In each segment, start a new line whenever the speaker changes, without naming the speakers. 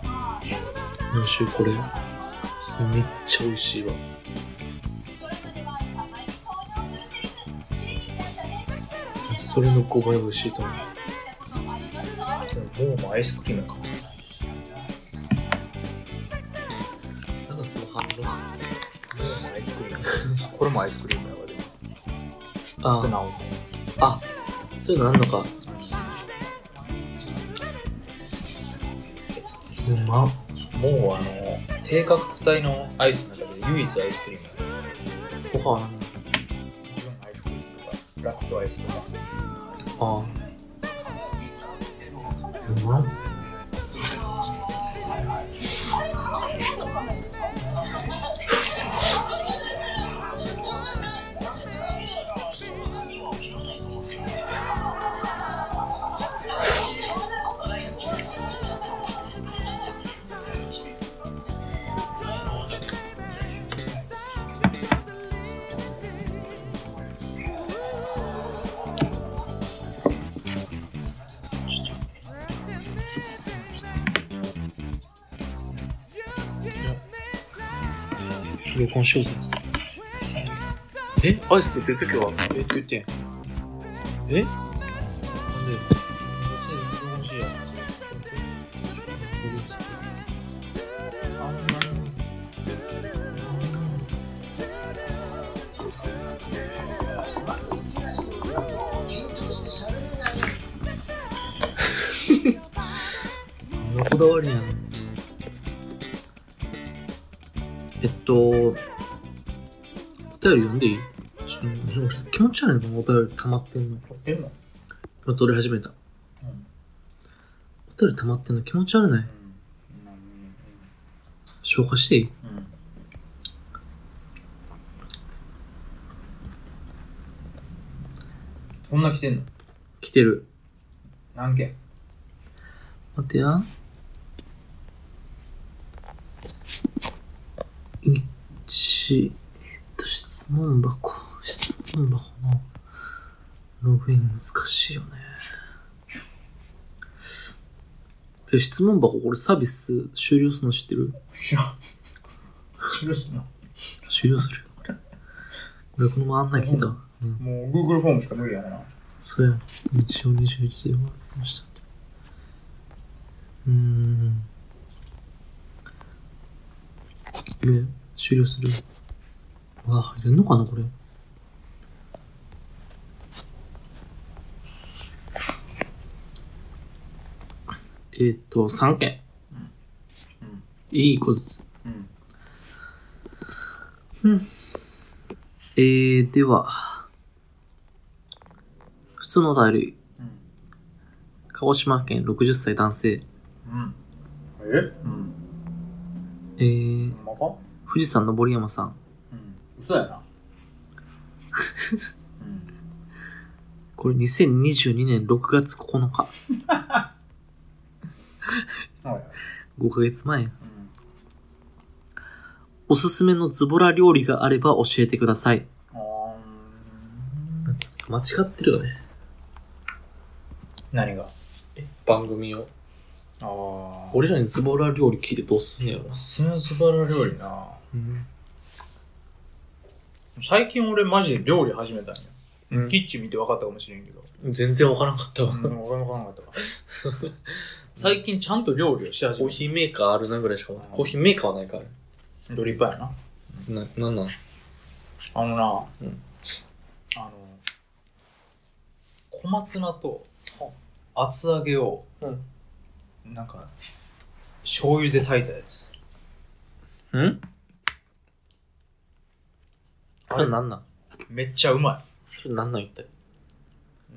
今週これめっちゃ美味しいわそれの5倍美味しいと思
どうもアイスクリームか。
うなんだその反応
どうもアイスクリーム。 これもアイスクリームやわ、でも。
あ
素直。
あそういうのあんのかうまっ
もうあの、低価格帯のアイスの中で唯一アイスクリームや
ご
わ。
飯なんだ
自分のアイスクリームとか、ラクトアイスとか。
ああうまっ録音しようぜえアイス食ってる時はえって言ってんえなんでそんなこだわりやのえっと、お便り読んでいいちょっと、気持ち悪いのお便り溜まってんの。
えも、
今撮り始めた。
うん。
お便り溜まってんの気持ち悪ない消化していい
うん。こんな来てんの
来てる。
何件
待てや。一、えっと、質問箱。質問箱のログイン難しいよね。で、質問箱、これサービス終了するの知ってる
知らん。知らんな。
終了する。これこのまま案内聞いた。うん。
もう Google フォームしか無理やな。
そうや。日曜21時で終わりましたって。うーん。で、終了する。わあ、入れんのかな、これ。えーっと、3件。
うん
いい子ずつ。
うん。
えー、では、普通のお便り、
うん。
鹿児島県60歳男性、
うん。えうん。
えー、
ほんまか
富士山登山さん、
うん。嘘やな。うん。
これ2022年6月9日、
そうや。
5ヶ月前。
うん。
おすすめのズボラ料理があれば教えてください。
あー
間違ってるよね。
何が
番組を。
ああ俺、
俺らにズボラ料理聞いてどうすんねやろ
お。すすめのズバラ料理な。
うん。
最近俺マジで料理始めたんや。キッチン見て分かったかもしれんけど。
全然わからんかったわ。
俺も分からなかったわ 最近ちゃんと料理をし始
コー
めた。
ヒーメーカーあるなぐらいしかわかんない。コーヒーメーカーはないから。
ドリッパーやな。
な、なんなん
あのな、
うん
あの、小松菜と厚揚げを、
うん
なんか、醤油で炊いたやつ。
んあれ
あれ
なんなん
めっちゃうま
それなんなん一体
い。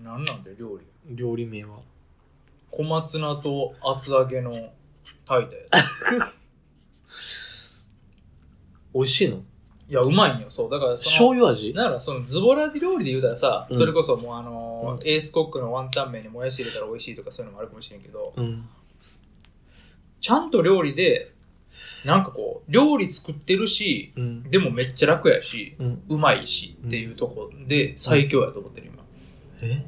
なんなんだよ、料理。
料理名は。
小松菜と厚揚げの炊いたやつ。
美味しいの
いや、うまいんよ。そう。だから、そ
醤
の、
油味
だからそのズボラ料理で言うたらさ、
うん
それこそもうあのー
う
エースコックのワンタン麺にもやし入れたら美味しいとかそういうのもあるかもしれんけど、
うん。
ちゃんと料理で、なんかこう、料理作ってるし、
うん。
でもめっちゃ楽やし、
うん。
うまいしっていうとこで最強やと思ってる今。
え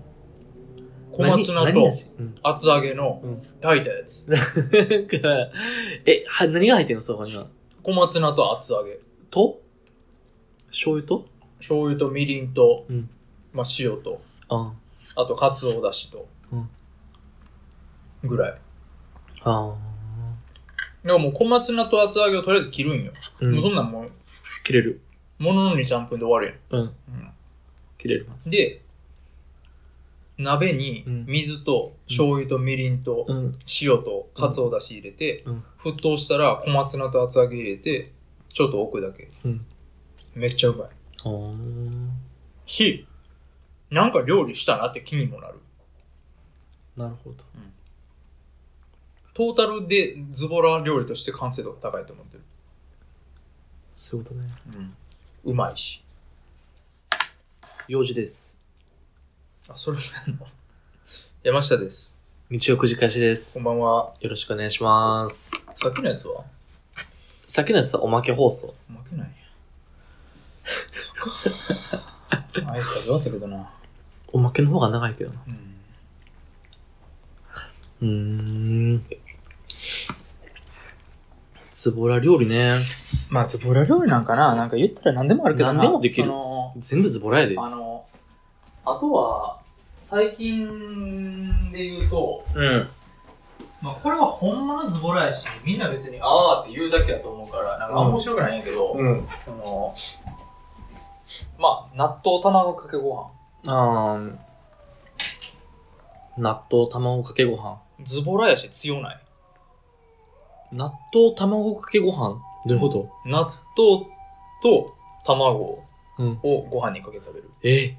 小松菜
何何
と
味うん。
厚揚げの
うん
炊いたや つ。
だから、え、は、何が入ってんのそこには。
小松菜と厚揚げ。
と醤油と
醤油とみりんと、
うん
まあ塩と、
あ
あとかつおだしと、
うん
ぐらい。だか
あ。あ
らもう小松菜と厚揚げをとりあえず切るんよ。
あ。う
もうそ
ん。
んなんもう、
切れる。
ものの2、3分で終わる
うん。
やん。
切れます。、
で、鍋に
うん
水と醤油とみりんと
うん。
塩とかつおだし入れて、
うん
沸騰したら小松菜と厚揚げ入れて、ちょっと置くだけ。
うん。
めっちゃうまい。
ああ。
し、なんか料理したなって気にもなる。
なるほど。
トータルでズボラ料理として完成度が高いと思ってる。
そういうことね。
うまいし。
用事です。
あ、それもやんの 山下です。
日曜くじ開始で
こ
す
ん。ばんは。
よろしくお願いします。
さっきのやつは
さっきのやつはおまけ放送。
負けない や。そっか。アイス食べ終わったけどな。
おまけの方が長いけどな。う
うん。
ーん。ズボラ料理ね。
まあ、ズボラ料理なんかな。なんか言ったら何でもあるけどな。
何でもできる
その
全部ズボラやで。
あの、あとは、最近で言うと、
うん。
まあ、これはほんまのズボラやし、みんな別に、あーって言うだけやと思うから、なんか面白くないんやけど、
うん。
その、まあ、納豆卵かけご
あー納豆卵かけご飯。
飯。ズボラやし強ない。
納豆卵かけご飯どういうこと
納豆と卵
うん
をご飯にかけて食べる。
え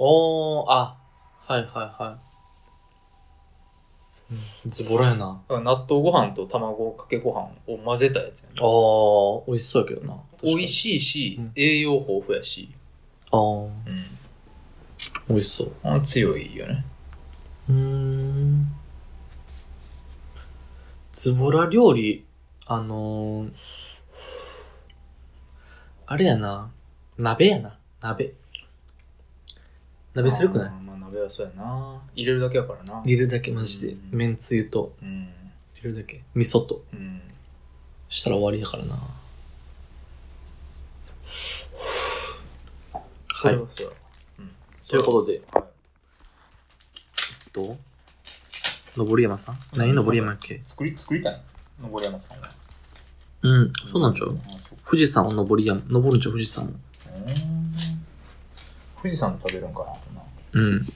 おー、あ、はいはいはい。うんズボラやな。
だから納豆ご飯と卵かけご飯を混ぜたやつやね
あ。ー、美味しそうやけどな。
美味
い。
しいし、
うん
栄養豊富やし、
あー、
うん
美味しそう。
あ強いよね。
うーん。ズボラ料理、あのー、あれやな。鍋やな。鍋。鍋するくない
あーまあ鍋はそうやな。入れるだけやからな。
入れるだけマジで
うん。
めんつゆと、
うん。
入れるだけ。味噌と。
うん。
したら終わりだからな。は
そ。
いう
そう。うん。
ということで、
はい
どう登山さん何登山やっけ
作り、作りたい登山さんは。
うん、そうなんちゃ
あ
う
そっか
富士山を登り山、登るんちゃう富士山を。
うん富士山で食べるんかなこんな
うん。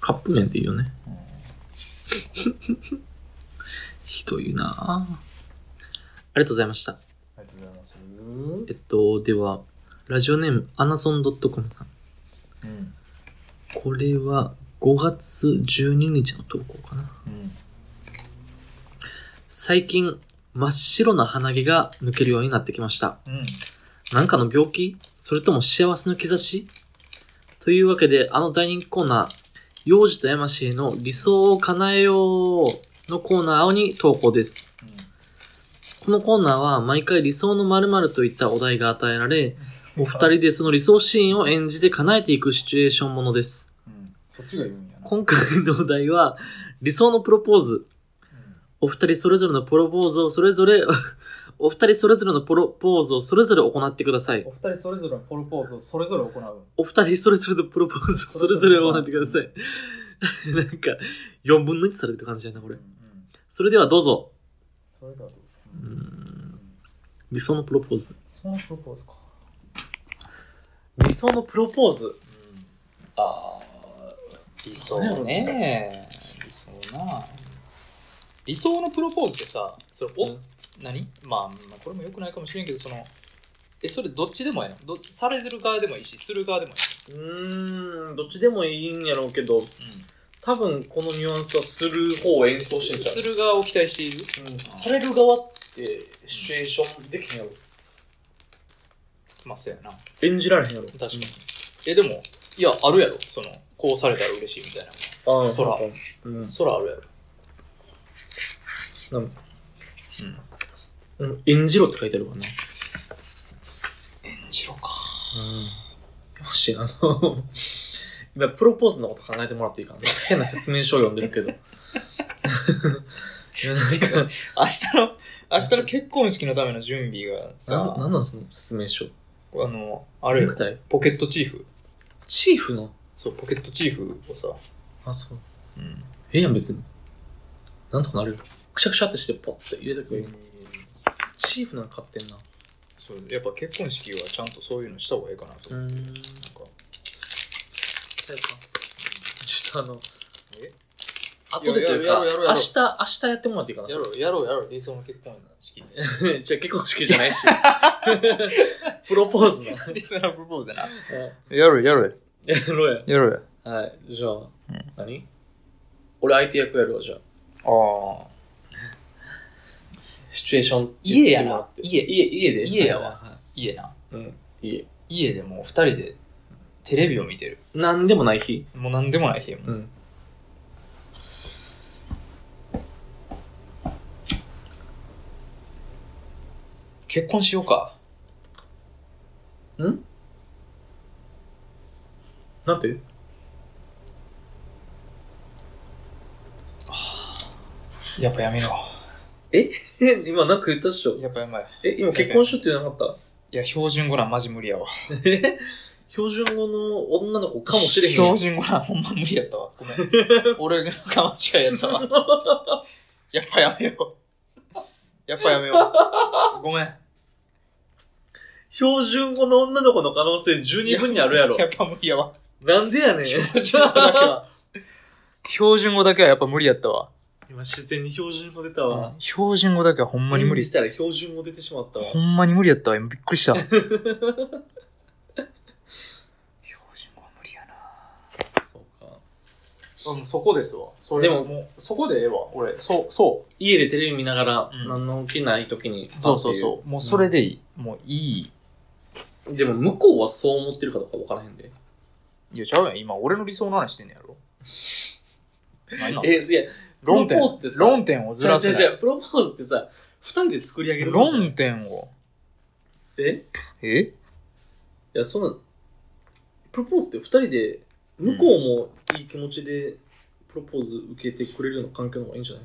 カップ麺っていいよね。ひどいなぁありがとうございました。
ありがとうございます。
えっと、では、ラジオネーム、アナソン .com さん。
うん。
これは5月12日の投稿かな。
うん。
最近、真っ白な鼻毛が抜けるようになってきました。
うん。
なんかの病気それとも幸せの兆しというわけで、あの大人気コーナー、幼児と山氏への理想を叶えようのコーナーに投稿です。このコーナーは毎回理想の〇〇といったお題が与えられ、お二人でその理想シーンを演じて叶えていくシチュエーションものです。
うん。そっちが言うんやな。
今回のお題は、理想のプロポーズ。お二人それぞれのプロポーズをそれぞれ、 お二人それぞれのプロポーズをそれぞれ行ってください
お。二人それぞれのプロポーズをそれぞれ行う。
お二人それぞれのプロポーズをそれぞれ行ってください。 なんか、4分の1されてる感じだな、こ
うん
れ
う。ん。
それではどうぞ。
それではどうぞ。
うー
うんん
理想のプロポーズ。
そのプロポーズか。
理想のプロポーズ。
うん。
あ理想
ね理想な理想のプロポーズってさそれお、
うん
何まあ、まあこれもよくないかもしれんけどそのえそれどっちでもええのどされてる側でもいいしする側でもいい、
うーん、どっちでもいいんやろうけど、多分このニュアンスはする方を演出してんじゃ
する側を期待している
うんされる側って、シチュエーションできへんやろ。
まあ、そうやな。
ん。演じられへんやろ。
確かに。え、でも、いや、あるやろ。その、こうされたら嬉しいみたいな。
ああ、
そら
うん。
そらあるやろ。
うん。演じろって書いてあるからな。
しろか。
うん。もし、あの、 今、プロポーズのこと考えてもらっていいかな。変な説明書を読んでるけど。 いや、なんか、
明日の、明日の結婚式のための準備が
な
さ、
んなんなんその説明書。
あの、あれ
ネ
よ
ク、タイ
ポケットチーフ。
チーフの
そう、ポケットチーフをさ、
あ、そう。
うん。
ええやん、別に。なんとかなるよ。くしゃくしゃってして、ポッて入れとけばいいのに。チーフなんか買ってんな。
そう、やっぱ結婚式はちゃんとそういうのした方がいいかなと。なんか、
ん。ちょっとあの、
え
後でという
いやや
か、
ろうやろうやろ
明
う
日、明日やってもらっていいかな。
やろう、やろう、やろう、理想の結婚式。
じゃあ結婚式じゃないし。 プロポーズな。
理想のプロポーズだな。やろう、やろう、
やろう
やろう
や。はい。じゃあ、何俺相手役やるわ、じゃあ。
や。ああ。
シチュエーション。
家やな
家、家、家で。
家やわ
はいはいは
家な。
い。うん。家。
家でもう二人でテレビを見てる。
なんでもない日。
もう何でもない日やもん。
うん。
結婚しようか。
んなんて
やっぱやめろ。
え、今なんか言ったっしょ。
やっぱやめろ。
え、今結婚しようって言わなかった
いや、標準語なんマジ無理やわ。
え標準語の女の子かもしれへんや
標
ん。
準語なんほんま無理やったわ。ごめん。俺が間違いやった わ。やっぱやめよう。やっぱやめよう。ごめん。
標準語の女の子の可能性十二分にあるやろ。
やっぱ無理やわ。
なんでやねん。
標準語だけは。標準語だけはやっぱ無理やったわ。
今自然に標準語出たわ。
標準語だけはほん
ほ
まに無理。
したら標準語出てしまったわ。
ほんまに無理やったわ。今びっくり した。標準語は無理や
そうか。
な。うん、そこですわ。そ
れ
でももう、そこでええわ。俺、そう、そう。
家でテレビ見ながら、
うん
何の起きない時に。
そうそうそう。もうそれでいい。もういい。
う。でも向こうはそう思ってるかどうかわからへんで。
いや、ちゃうやん。今、俺の理想の話してんねやろ。ないな
え、いや、
論点
プロポーズって、さ
論点をずらす
じゃじ
な。
ゃプロポーズってさ、二人で作り上げるもんじゃない
論点を。
え
え
いや、そんな、プロポーズって二人で、向こうもいい気持ちで、プロポーズ受けてくれるような環境の方がいいんじゃない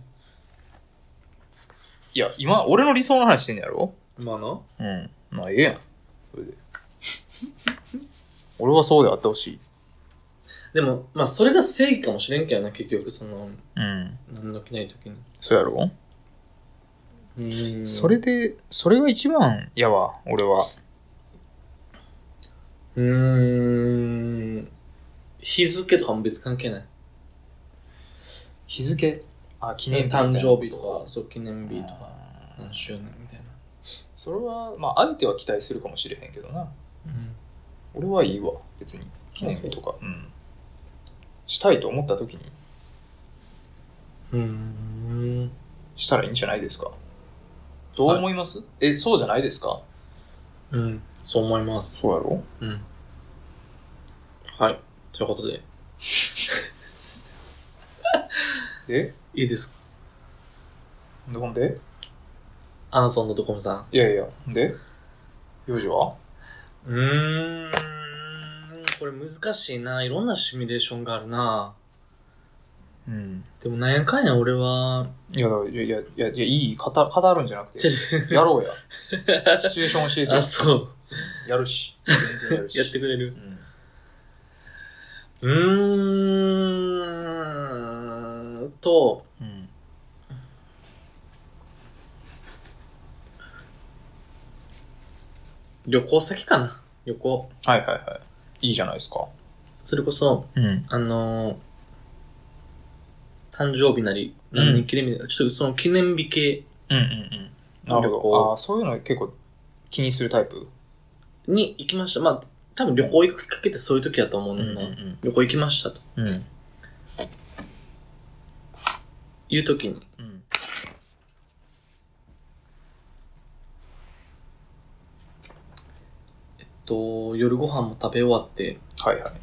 いや、今、俺の理想の話してんねやろ
まあな。
うん。まあ、ええやん。それで。俺はそうであってほしい。
でも、まあ、それが正義かもしれんけどな、結局、その、
うん。
何の起きない時に。
そうやろ、
うん
それで、それが一番やわ、俺は。
うーん。日付とかも別に関係ない。
日付あ、記念日みたい
誕
な
生日とか、そう、記念日とか、
う
何
ん
周年みたいな。
それは、まあ、相手は期待するかもしれへんけどな。
うん。
俺はいいわ別に記念日とかうんしたいと思った時に
うーん。
したらいいんじゃないですかどう思います、えそうじゃないですか
うん。そう思います。
そうやろ
うん。はい。ということで、
で
いいですか
ほんで
アナゾンのドコモさん。
いやいやほんで幼児は
うーん。これ難しいな。いろんなシミュレーションがあるな。
うん
でもなんやかんや俺は、
いやだからいやいやいやいやいい語語るんじゃなく
ちょ
てやろうや シチュエーション教えて
あ、
よ
そう。
やるし全 然やるし
やってくれる
う。ん
うーん。と、
うん
旅行先かな。旅行。
はいはいはいいいじゃないですか
それこそ、
うん
あのー誕生日なり、何に記念日なり、ちょっとその記念日系
うんうんうんなる
旅
ほ
行
どああそういうの結構気にするタイプ
に行きました。まあ、多分旅行行くきっかけってそういう時だと思う
う
のよな、
ん
旅行行きましたと。
うん
言うときに。
うん。
と、夜ご飯も食べ終わって、
はいはい。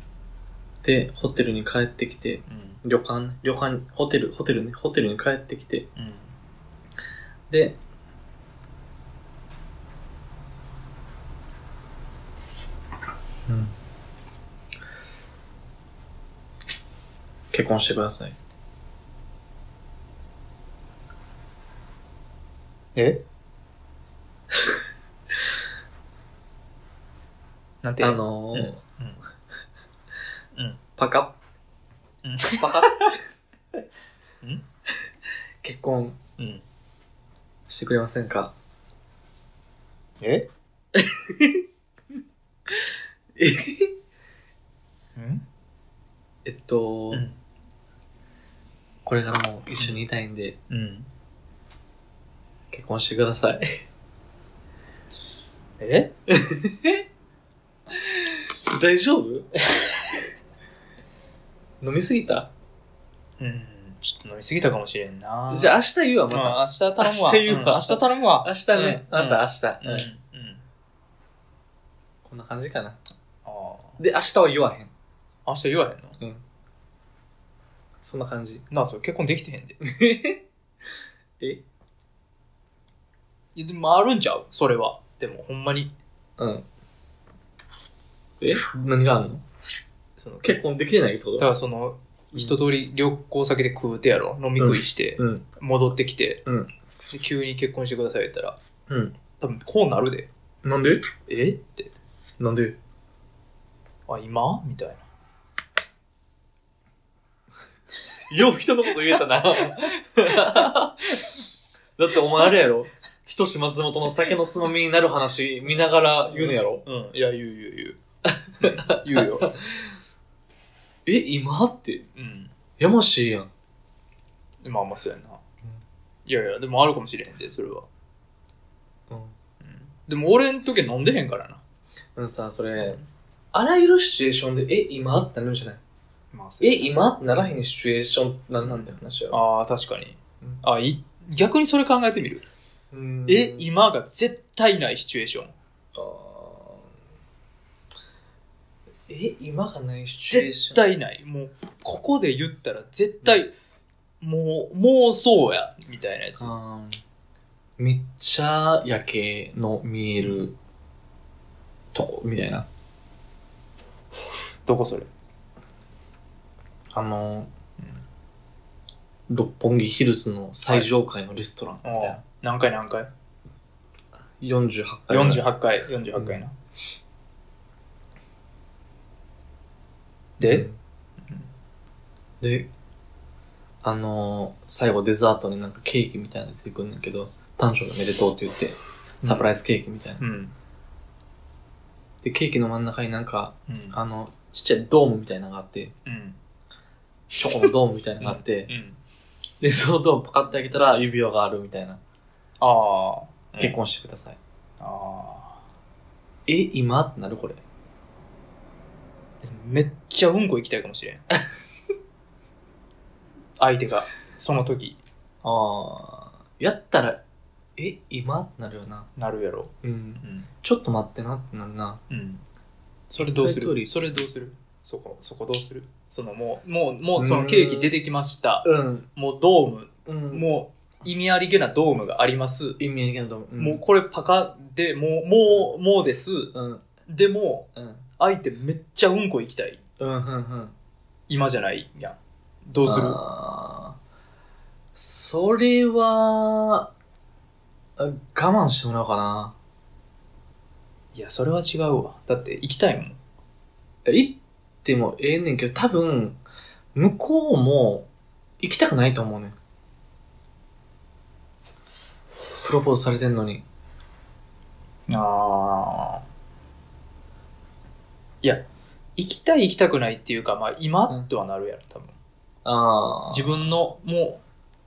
で、ホテルに帰ってきて、
うん。
旅館、旅館、ホテル、ホテルね、ホテルに帰ってきて、
うん。
で、うん。結婚してください。
え なんて
あのー
うん
パカ
うん
ッ。パカッ。
ん
結婚
うん。
してくれませんか
え
え
うん
えっと、
うん。
これからも一緒にいたいんで、
うん。
結婚してくだ さい。
え
大丈夫 飲みすぎた
うん。ちょっと飲みすぎたかもしれんな。
じゃあ明日言うわ、また。
まあ、明日頼むわ。
明日言うわ
ん明日頼むわ。
明日ね、
うん
あんた明日、
うん。う
うん
ん。
こんな感じかな。
ああ。
で、明日は言わへん。
明日言わへんの
そんな感じ。
なあ、それ結婚できてへ んで。
え
いや、でもあるんちゃうそれは。でも、ほんまに。
うん。え何があんの
その
結婚できてないってこ
だ
と
からその、一通り旅行先で食うてやろ。飲み食いして、
うん。
戻ってきて、
うん
で、急に結婚してくださいって言った
う
ら、
ん。
多分こうなるで。
なんで
えって。
なんで
あ、今みたいな。
よう人のこと言えた な。だってお前あれやろ。人志松本の酒のつまみになる話見ながら言うのやろ。
うん。いや、言う言う言う。 うん言うよ。
え、今って、
うん。
やましいやん。
まあまあ、そうやな。いやいや、でもあるかもしれへんで、それは。
うん。
うん。でも俺ん時は飲んでへんからな。
あのさ、それ、あらゆるシチュエーションで、え、今ってなるんじゃない
まあ、そう
え、今ってならへんシチュエーションなんなんだよ話は。
ああ、確かに
うん。
あい逆にそれ考えてみる。
うん
え、今が絶対ないシチュエーション。
あーえ、今がないシチュエーショ
絶
ン。
対ない。もう、ここで言ったら絶対、もう、もうそうや、みたいなやつ。
あーめっちゃ夜景の見えるとこみたいな。
どこそれ
あの、六本木ヒルズの最上階のレストランみたいな。
ああ何回何回
48階。
?48 回、48回な。で、
で、あのー最後デザートになんかケーキみたいなの出てくるんだけど、短所がめでとうって言って、サプライズケーキみたいな。
うん。
で、ケーキの真ん中になんか、
うん。
あの、ちっちゃいドームみたいなのがあって、
うん。
チョコのドームみたいなのがあって、
うん。
で、そのドームパカって開けたら指輪があるみたいな。
ああ。
結。婚してください。
ああ。
え、今ってなるこれ。
めっちゃうんこ行きたいかも しれん。相手が、その時、
ああやったら、え、今ってなるよな。
なるやろ。
うん。
うん。
ちょっと待ってなってなるな。
うん。それどうす
一回通
る
り
それどうするそこ、そこどうするそのもう、もう、もうそのケーキ出てきました。
うん。
もうドーム、
うん。も
もう意味ありげなドームがあります。
う、意味ありげなドーム。ん
もう、これパカで、もう、もう、もうです。
うん。
でも、
うん。
相手めっちゃうんこ行きたい。
うん、うん、うん。
今じゃないやん。どうする
あーそれは、あ我慢してもらおうかな。
いや、それは違うわ。だって行きたいもん。
行ってもええねんけど、多分、向こうも行きたくないと思うねん。プロポーズされてんのに。
ああ。いや、行きたい行きたくないっていうか、まあ今とはなるやろ、多分。
あ
自分の、もう、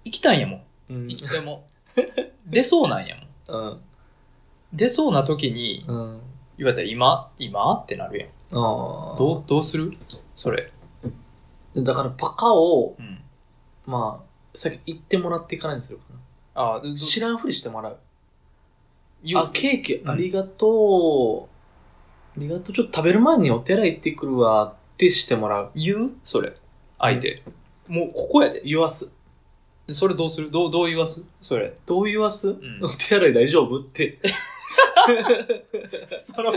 行きたいんやもん。
分
行きたいもん。 出そうなんやもん。
うん。
出そうな時に、
うん。うん。
言われたら今、今ってなるやん。
ああ。
どう、どうするそれ。
だから、パカを、
うん。
まあ、先行ってもらっていかないんですよ。
あー、
知らんふりしてもらう。
言
あ、ケーキありがとう。ありがとう。ちょっと食べる前にお寺行ってくるわってしてもらう。
言うそれ。相手。もう、ここやで。
言わす。
でそれどうするどう、どう言わすそれ。
どう言わす、
ん
お手洗い大丈夫って。
そ の、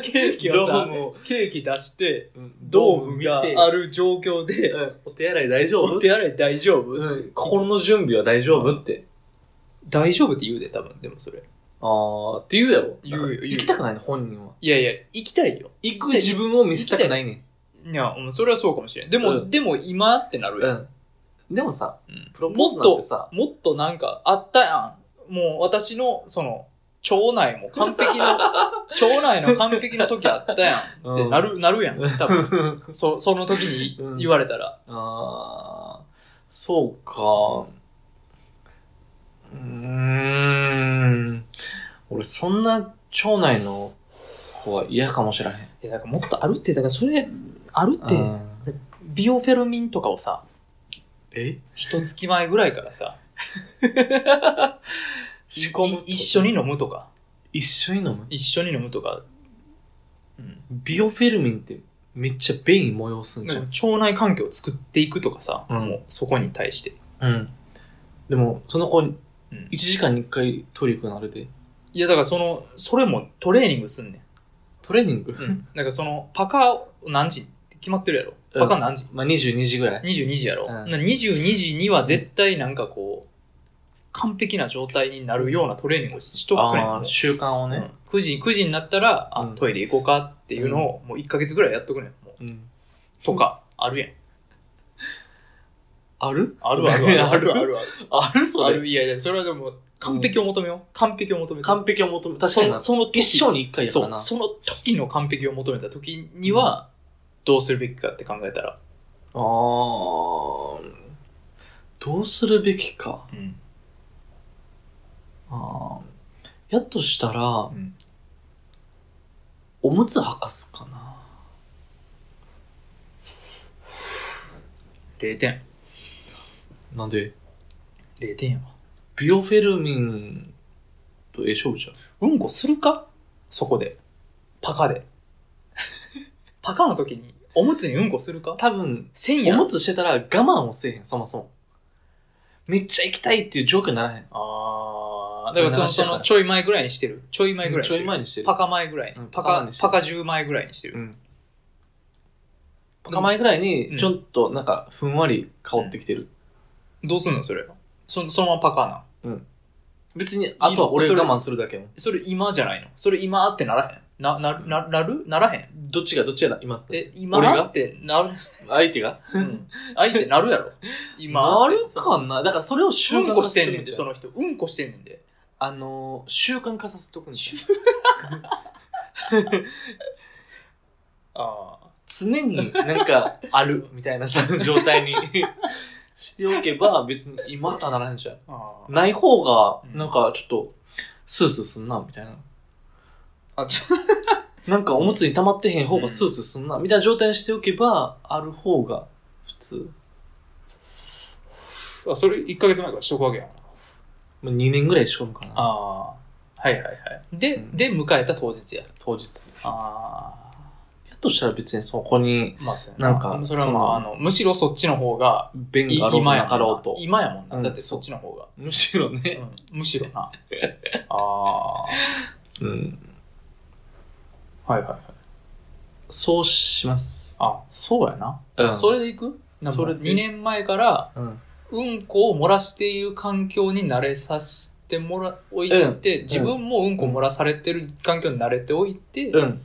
ケーキ
ど
を
う
さ、
も、
ケーキ出して、
ド
ド
ー
ー
ム
ム
見
が
て、
ある状況で、
うんお手洗い大丈夫
お手洗い大丈夫、
うん心の準備は大丈夫って。
大丈夫って言うで、多分。でもそれ。
あー、って言うやろ。
言うよ
だから
言う
行きたくないの、本人は。
いやいや、行きたいよ。
行く自分を見せたくないねん。
いや、うんそれはそうかもしれん。でも、
うん
でも今ってなるやん。
うん。でもさ、
うん
プロポーズなんてさ、
もっとなんか、あったやん。もう私の、その、町内も完璧 な、町内の完璧な時あったやん。ってなる、なるやん。多 分。そ、その時
うん
に言われたら。
あー、そうか。うーん。俺、そんな町内の子は嫌かもしらへん。
いや、だからもっとあるって、だからそれ、あるって、
うん
ビオフェルミンとかをさ、
え
一月前ぐらいからさ、
仕込む
い一緒に飲むとか、
一緒に飲む
一緒に飲むとか、うん。
ビオフェルミンってめっちゃ便意催すんじゃん。
腸内環境を作っていくとかさ、
うん
もうそこに対して。
うん。でも、その子、1
うん
時間に1回取り行くのあれで。
いや、だからその、それもトレーニングすんねん。
トレーニング、
うん。だからその、パカ何時って決まってるやろ。パカ何時、
まあ、22時ぐらい。
?22 時やろ。
うん
な22時には絶対なんかこう、完璧な状態になるようなトレーニングをしとくねん
あ
も
あ、
う
習慣をね。
うん、9時、9時になったら、あ、
うん
トイレ行こうかっていうのを、もう1ヶ月ぐらいやっとくねん。もう
うん。
とか、あるやん。
ある
あるある あるあ るあ
ある。
る。
あるそ
あ
れ。
るいやいや、それはでも、完璧を求めよう。完璧を求めよう
完璧を求め、確かにな。
その、その時
一生に一回や
そ
か
う、
な。
その時の完璧を求めた時には、どうするべきかって考えたら。
ああ、どうするべきか。
うん。
あーやっとしたら、
ん
おむつ履かすかな。
0点。
なんで、
0点やわ。
ビオフェルミンとええ勝負じゃん。
うんこするかそこで。パカ で。パカの時に、おむつにうんこするか
多分、
せん
お
やん
むつしてたら我慢をせえへん、そもそも。めっちゃ行きたいっていう状況にならへん。
あーだからその、
流して
そ
たから
の、ちょい前ぐらいにしてる。ちょい前ぐらいに
ち
し
ょ
て
い
る。
前にしてる。
パカ前ぐらいに
うん。
パ
パカ
カ
にし、て
パ
る
カ10前ぐらいにしてる。
うん。パカ前ぐらい
うん
に、ちょっとなんか、ふんわり香ってきてる。
どうすんのそれ。そそのままパカな。
別に、あとは俺
それ
が我慢するだけよ。
それ今じゃないのそれ今ってならへんな、な、な、なるならへん
どっちがどっちやな、今って。
え、今
俺が
ってなる、
相手が
うん、相手なるやろ今
なるかなだからそれを習
うん
慣
こ
化
し
す
て
る
ん
ん
ねん
じ
で、
ゃん
その人。うんこしてんねんで。
あのー、習慣化させとくんじゃん
ああ。
常になんかあるみたいなさ状態 にしておけば別に今とはならへんじゃん。
あー
ない方が
うん
なんかちょっとスースーすんなみたいな。
あ、ちょ
なんかおむつに溜まってへん方がスースーすんなみたいな状態にしておけばある方が普通。
あそれ1ヶ月前からしとくわけやん。
まあ、2年ぐらい仕込むかな。
ああ。はいはいはい。で、
うん
で、迎えた当日や。
当日。
あ
やっとしたら別にそこに
あ。まあ、そうや
なんか
それはま
その
あ、あの、むしろそっちの方が、
便
い
があろう
今
が
や
なかろ
も
うん
な
と。
今やもん
う
な。
ん
だってそっちの方が。
むしろね。
うんむしろな。あ
うん。
あ。はいはいはい。
そうします。
あ、そうやな。
うん
それでいくなん
そ
か
れで
2年前から、
うん。
うんこを漏らしている環境に慣れさせてもらおいて、自分もうんこ漏らされてる環境に慣れておいて、
うん。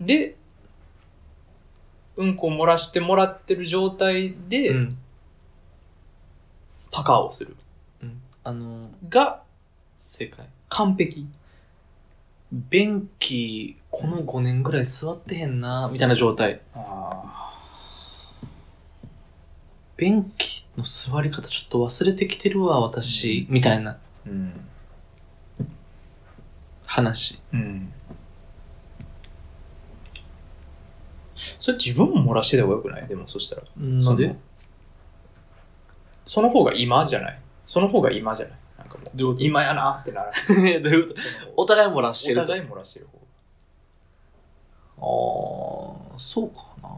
で、うんこを漏らしてもらってる状態で、
うん。
パカをする。
あのー、
が、
正解。
完璧。
便器、この5年ぐらい座ってへんな、みたいな状態。
あ
便器の座り方ちょっと忘れてきてるわ、私、みたいな
うん。
話。
うん。それ自分も漏らしてた方がよくないでもそしたら。
な
そのその方が今じゃないその方が今じゃないなんかもう、
どういうこ
今やなってなる。
と どういうことお互い漏らして
お
ると。
互い漏らしてる方が。
ああ、そうかな。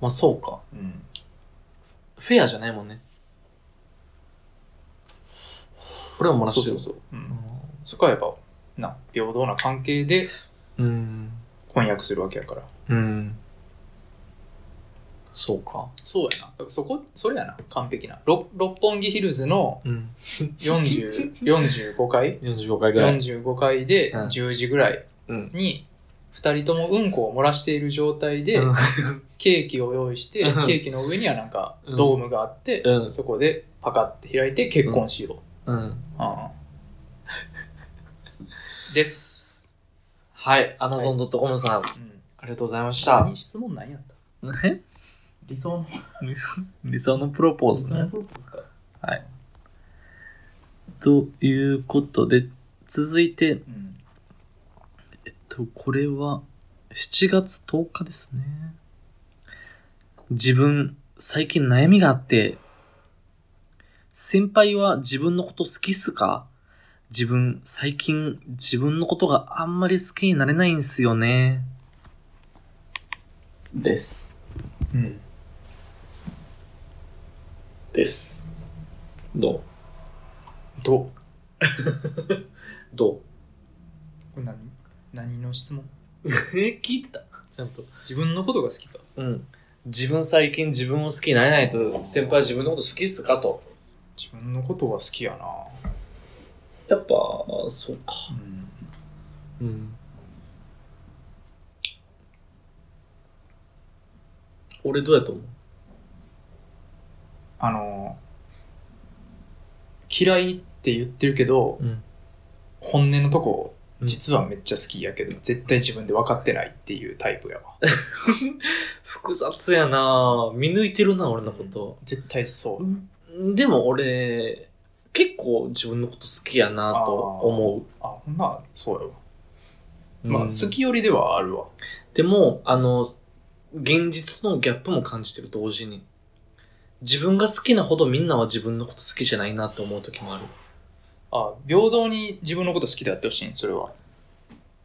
まあそうか。
うん。
フェアじゃないもんね。俺は漏ら
そう
して
そ
る。
うそう。うん。そこはやっぱ、な、平等な関係で
うん。
婚約するわけやから。
うん。そうか。
そうやな。だからそこ、それやな。完璧な。ろ六本木ヒルズの
うん。
40 45階
45回ぐらい。
45階で
うん
10時ぐらい
うん。
に、二人ともうんこを漏らしている状態で、
うん
ケーキを用意して、ケ
うん
ーキの上にはなんか
うん
ドームがあって、
うん
そこでパカって開いて結婚しよ
う
う。
ん。
ああです。
はい。アマゾン .com さん、
うん。
ありがとうございまし
あ
た。
に質問なんやった
え
理想の、
理想 理想のプロポー
理
ズ
想の
ね。
プロポーズか。
ということで、続いて、
うん。
えっと、これは、7月10日ですね。自分、最近悩みがあって、先輩は自分のこと好きっすか自分、最近、自分のことがあんまり好きになれないんすよね。です。
うん。
です。どう
どうこ
どう
れ何何の質問
え、聞いてたちゃんと。
自分のことが好きか。
うん。自分最近自分を好きになれないと、先輩は自分のこと好きっすかと。
自分のことが好きやな。
やっぱ、そうか。
うん。
うん。俺どうやと思う
あの、嫌いって言ってるけど、
うん
本音のとこ、
うん
実はめっちゃ好きやけど、絶対自分で分かってないっていうタイプやわ。
複雑やなぁ見抜いてるな、俺のこと。
絶対そう。
でも俺、結構自分のこと好きやなと思
あ、ほんな、そうやわ。
う。
まあ、
うん
好。き寄りではあるわ。
でも、あの、現実のギャップも感じてる、同時に。自分が好きなほどみんなは自分のこと好きじゃないなって思う時もある。
あ、平等に自分のこと好きであってほしいん、それは。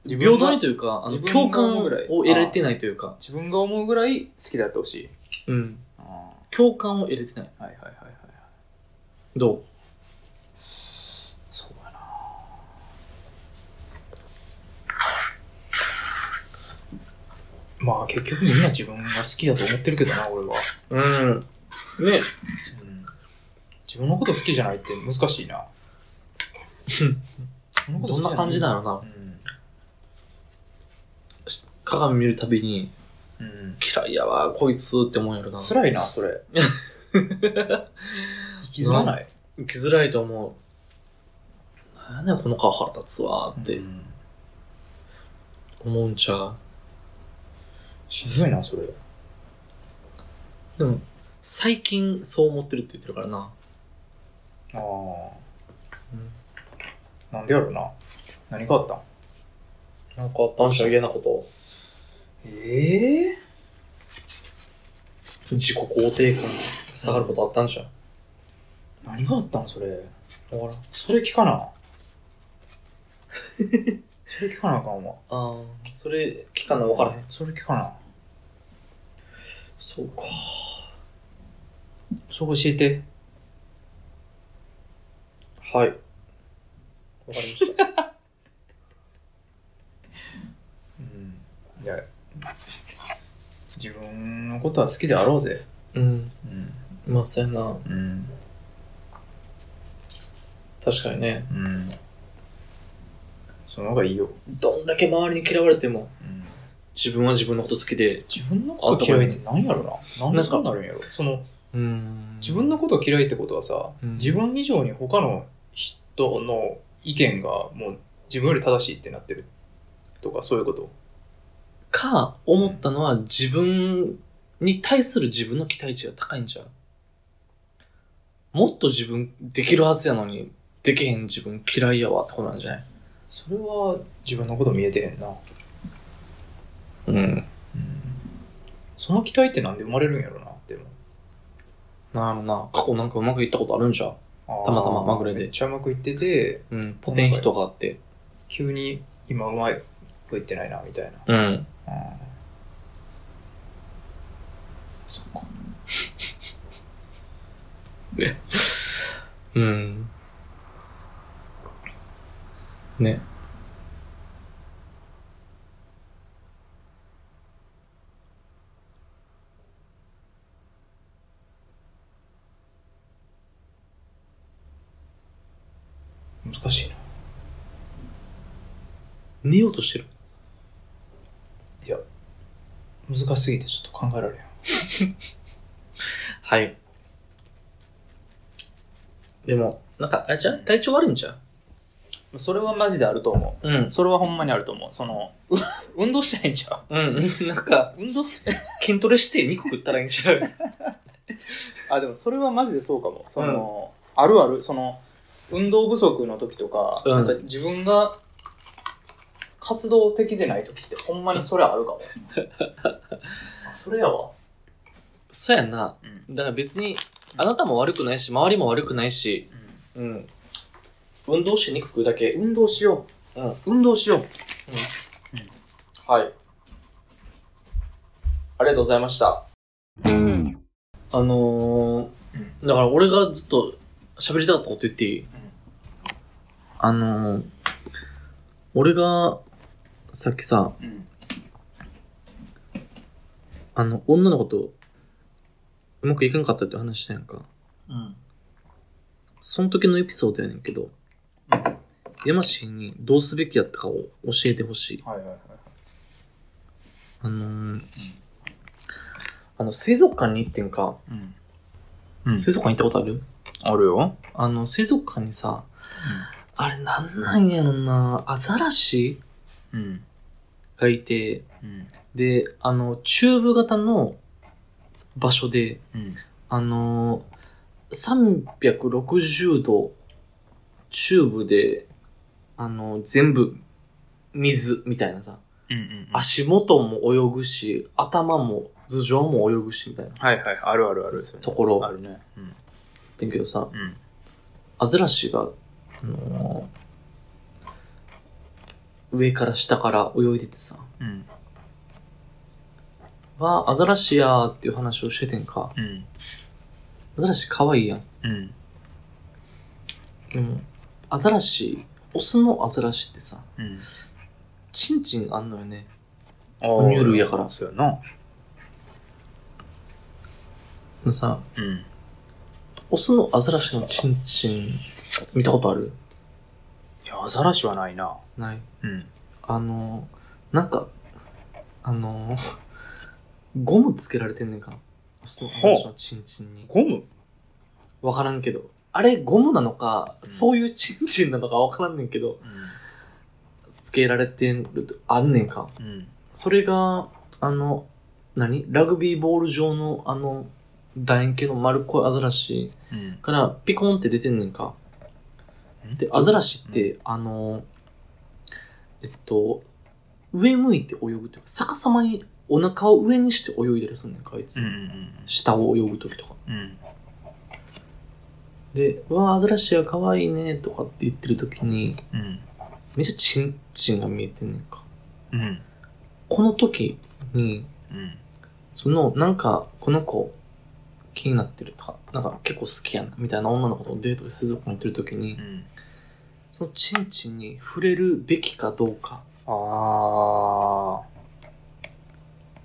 自分
平
が
等にというか、あの
自分
共
が
感
思う
を
ぐらい
得られてないというか、
自分が思うぐらい好きであってほしい。
うん。
あは
共感を得れてない。
いはいはいはい。
どう
そうやな。まあ結局みんな自分が好きだと思ってるけどな、俺は。
うん。ね。
うん自分のこと好きじゃないって難しいな。自分のこと
ど
好
ん
き
な感じなのな
ゃ。い
鏡見るたびに、
うん。うん。
嫌いやわ、こいつって思うやろな。
辛いな、そ れ。生きづらない。
生きづらいと思う。なんやねんこの顔腹立つわーっ
う
て
ん
思うんちゃ
しんどいな、それ。
う。でも、最近そう思ってるって言ってるからな。
ああ。
うん。
なんでやろな。何があったん
なんかあったんしょ、嫌なこと。
ええ
自己肯定感下がることあったんじゃん。
何があったんそれ。
わからん。
それ聞 かな。それ聞かなあかんわ。
ああ、それ、聞かな、わからへん。
それ聞かな。
そうか。
そこ教えて。
はい。わかりました。
うん。いや、自分のことは好きであろうぜ。
うん。
うん。
まあ、そうやな。
うん。
確かにね。
うん。その方がいいよ。
どんだけ周りに嫌われても、
うん。
自分は自分のこと好きで。
自分のこと嫌いって何やろな。なんでそうなるんやろ。その、
うん
自分のこと嫌いってことはさ、
うん
自分以上に他の人の意見がもう自分より正しいってなってるとかそういうこと
か、思ったのは自分に対する自分の期待値が高いんじゃうもっと自分できるはずやのに、できへん自分嫌いやわってことなんじゃない
それは自分のこと見えてへんな、
うん。
その期待ってなんで生まれるんやろなでも
なんやろな。過去なんかうまくいったことあるんじゃう
た
たまたままぐれで
めっちゃうまくいってて、
うん。ポテンヒとかあって。
急に今うまくいってないな、みたいな。
うん。
うんそっか。
うん。ね。
難しいな。
寝ようとしてる。
難しすぎてちょっと考えられん。
はい。でも、なんか、あれちゃう体調悪いんちゃう
それはマジであると思
うん
う。。それはほんまにあると思う。その、う 運動したいんちゃ
うん。 なんか、
う運動
筋トレして肉食ったらいいんちゃう
あ、でもそれはマジでそうかも。その、あるある、その、運動不足の時とか、
うん
なんか自分が活動的でない時ってほんまにそれあるか も。あそれやわ。
そうやんな。
う
だから別に、あなたも悪くないし、周りも悪くないし、うん。運動して肉食うだけ。
運動しよう。
うん
運動しよう。
はい。ありがとうございました。あのー、だから俺がずっと喋りたかったこと言っていい、あのー、俺が、さっきさ、
うん
あの、女の子と、うまくいかんかったって話したやんか。
うん。
その時のエピソードやねんけど、山氏にどうすべきやったかを教えてほしい。
はいはいはい。
あのー、あの、水族館に行ってんか、
うん。
水族館行ったことある
あるよ。
あの、水族館にさ、あれなんなんやろな、アザラシ
うん。
がいて、
うん。
で、あの、チューブ型の場所で、
うん。
あの、360度、チューブで、あの、全部、水みたいなさ、
うん。
足元も泳ぐし、頭も、頭上も泳ぐし、みたいな
はいはい。あるあるある。それ
ところあ
るね。うん。
ってんけどさ、
うん。
アザラシが、あのー上から下から泳いでてさ、
うん。
わあ、アザラシやーっていう話をしててんか。
うん。
アザラシ可愛いやん。
うん。
でも、アザラシ、オスのアザラシってさ、
うん。
チンチンあんのよね。
あ
哺乳類やから
そうやな。
でもさ、
うん。
オスのアザラシのチンチン、見たことある
いや、アザラシはないな。
ない。
うん。
あのー、なんか、あのー、ゴムつけられてんねんか。オスのアザラシのチンチンに。
ゴム
わからんけど。あれ、ゴムなのか、
うん
そういうチンチンなのかわからんねんけど、つけられてん、あんねんか。
うん。うん。
それが、あの、何ラグビーボール状のあの、楕円形の丸っこいアザラシ
うん。
からピコンって出てんねんか。で、アザラシって、あの、えっと、上向いて泳ぐというか、逆さまにお腹を上にして泳いだりすんねんか、あいつ。
うんうん
下を泳ぐときとか。
うん。うん。
で、うわ、アザラシは可愛いね、とかって言ってるときに、
うん。
めっちゃチンチンが見えてんねんか。
うん。
この時に、
うん。
その、なんか、この子、気になってるとか、なんか結構好きやな、みたいな女の子とデートで水族館行ってる時に
う、ん。
そのチンチンに触れるべきかどうか、
あ
こ